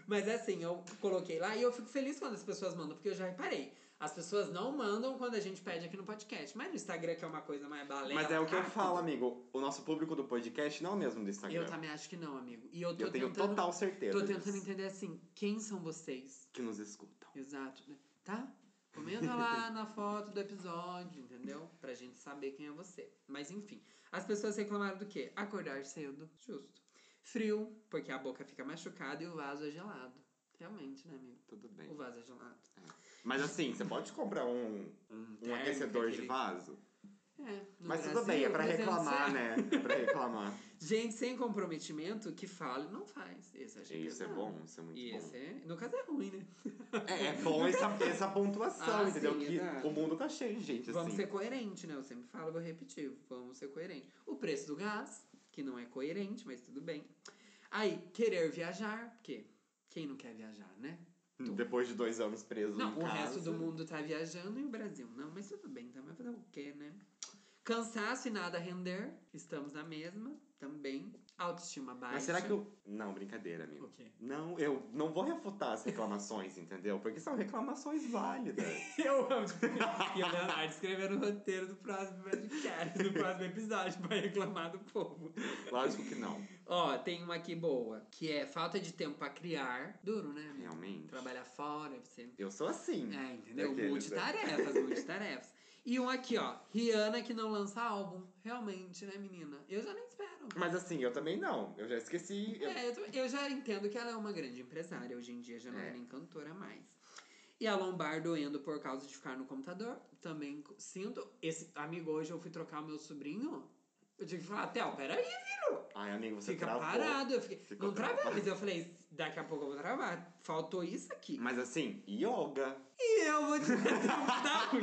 Speaker 1: Mas assim, eu coloquei lá e eu fico feliz quando as pessoas mandam, porque eu já reparei. As pessoas não mandam quando a gente pede aqui no podcast. Mas no Instagram, que é uma coisa mais balela.
Speaker 2: Mas é o que eu
Speaker 1: rápido,
Speaker 2: falo, amigo. O nosso público do podcast não é o mesmo do Instagram.
Speaker 1: Eu também acho que não, amigo. E eu tô
Speaker 2: Eu tenho
Speaker 1: tentando,
Speaker 2: total certeza.
Speaker 1: Tô tentando
Speaker 2: disso.
Speaker 1: entender assim, quem são vocês?
Speaker 2: Que nos escutam.
Speaker 1: Exato. né? Tá? Comenta lá na foto do episódio, entendeu? Pra gente saber quem é você. Mas enfim, as pessoas reclamaram do quê? Acordar cedo, justo. Frio, porque a boca fica machucada e o vaso é gelado. Realmente, né, amigo?
Speaker 2: Tudo bem.
Speaker 1: O vaso é gelado.
Speaker 2: Mas assim, você pode comprar um, um
Speaker 1: térmico,
Speaker 2: aquecedor de
Speaker 1: aquele-
Speaker 2: vaso.
Speaker 1: É, no
Speaker 2: Mas
Speaker 1: Brasil,
Speaker 2: tudo bem, é pra
Speaker 1: 300
Speaker 2: reclamar,
Speaker 1: reais.
Speaker 2: né? É pra reclamar.
Speaker 1: Gente sem comprometimento que fala e não faz. Esse eu achei
Speaker 2: isso é
Speaker 1: pesado.
Speaker 2: bom, isso é muito
Speaker 1: E
Speaker 2: bom.
Speaker 1: esse é, no caso é ruim, né?
Speaker 2: É, é bom essa, essa pontuação,
Speaker 1: Ah,
Speaker 2: entendeu?
Speaker 1: sim,
Speaker 2: que
Speaker 1: exato.
Speaker 2: o mundo tá cheio de gente
Speaker 1: Vamos
Speaker 2: assim.
Speaker 1: ser coerente, né? Eu sempre falo, vou repetir. Vamos ser coerente. O preço do gás, que não é coerente, mas tudo bem. Aí, querer viajar, porque quem não quer viajar, né?
Speaker 2: Depois de dois anos preso
Speaker 1: Não,
Speaker 2: em
Speaker 1: o
Speaker 2: casa.
Speaker 1: resto do mundo tá viajando e o Brasil não, mas tudo bem, também vai fazer o quê, né? Cansaço e nada a render, estamos na mesma, também. Autoestima baixa.
Speaker 2: Mas será que eu. Não, brincadeira, amigo.
Speaker 1: O quê?
Speaker 2: Não, eu não vou refutar as reclamações, entendeu? Porque são reclamações válidas.
Speaker 1: Eu amo. tipo, e o Leonardo escrevendo o roteiro do próximo podcast, do próximo episódio, pra reclamar do povo.
Speaker 2: Lógico que não.
Speaker 1: Ó, tem uma aqui boa, que é falta de tempo pra criar. Duro, né? amigo?
Speaker 2: Realmente.
Speaker 1: Trabalhar fora, você.
Speaker 2: Eu sou assim.
Speaker 1: É, entendeu?
Speaker 2: Daqueles, né?
Speaker 1: multitarefas, multitarefas. E um aqui, ó, Rihanna que não lança álbum. Realmente, né, menina? Eu já nem espero.
Speaker 2: Mas assim, eu também não. Eu já esqueci. eu-
Speaker 1: É, eu, tô- eu já entendo que ela é uma grande empresária. Hoje em dia já não é,
Speaker 2: É.
Speaker 1: nem cantora mais. E a lombar doendo por causa de ficar no computador. Também co- sinto. Esse amigo, hoje eu fui trocar o meu sobrinho. Eu tive que falar, Theo, peraí, filho.
Speaker 2: Ai, amigo, você
Speaker 1: Fica
Speaker 2: travou.
Speaker 1: parado. Eu fiquei,
Speaker 2: Ficou
Speaker 1: não travei,
Speaker 2: travado.
Speaker 1: mas eu falei, daqui a pouco eu vou travar. Faltou isso aqui.
Speaker 2: Mas assim, yoga.
Speaker 1: E eu vou te dar um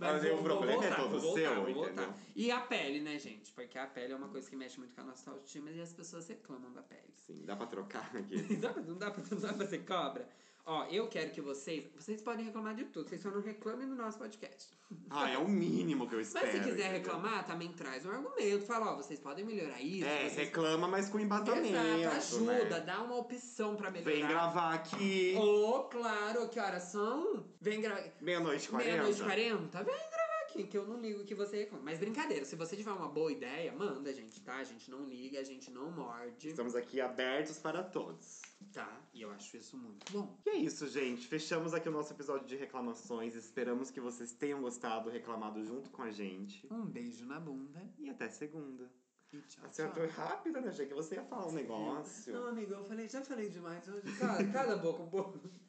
Speaker 2: Mas o problema é todo seu, entendeu?
Speaker 1: E a pele, né, gente? Porque a pele é uma coisa que mexe muito com a nossa autoestima e as pessoas reclamam da pele.
Speaker 2: Sim, dá pra trocar aqui.
Speaker 1: Não dá pra- não dá pra, não dá pra ser cobra? Ó, eu quero que vocês. Vocês podem reclamar de tudo, vocês só não reclamem no nosso podcast.
Speaker 2: Ah, é o mínimo que eu espero.
Speaker 1: Mas se quiser
Speaker 2: entendeu?
Speaker 1: reclamar, também traz um argumento. Fala, ó, vocês podem melhorar isso.
Speaker 2: É,
Speaker 1: vocês...
Speaker 2: reclama, mas com embasamento.
Speaker 1: Exato, ajuda,
Speaker 2: né?
Speaker 1: dá uma opção pra melhorar.
Speaker 2: Vem gravar aqui.
Speaker 1: Oh, claro, que horas são? Vem gravar.
Speaker 2: Meia-noite e quarenta.
Speaker 1: Meia-noite e 40? Vem gravar aqui, que eu não ligo que você reclama. Mas brincadeira, se você tiver uma boa ideia, manda a gente, tá? A gente não liga, a gente não morde,
Speaker 2: Estamos aqui abertos para todos.
Speaker 1: tá? E eu acho isso muito bom.
Speaker 2: E é isso, gente. Fechamos aqui o nosso episódio de reclamações. Esperamos que vocês tenham gostado, reclamado junto com a gente.
Speaker 1: Um beijo na bunda
Speaker 2: E até segunda.
Speaker 1: e tchau,
Speaker 2: Você
Speaker 1: tchau.
Speaker 2: foi rápida, né? Achei que você ia falar um negócio.
Speaker 1: Não, amigo, eu falei, já falei demais hoje. Cala, cala a boca um pouco.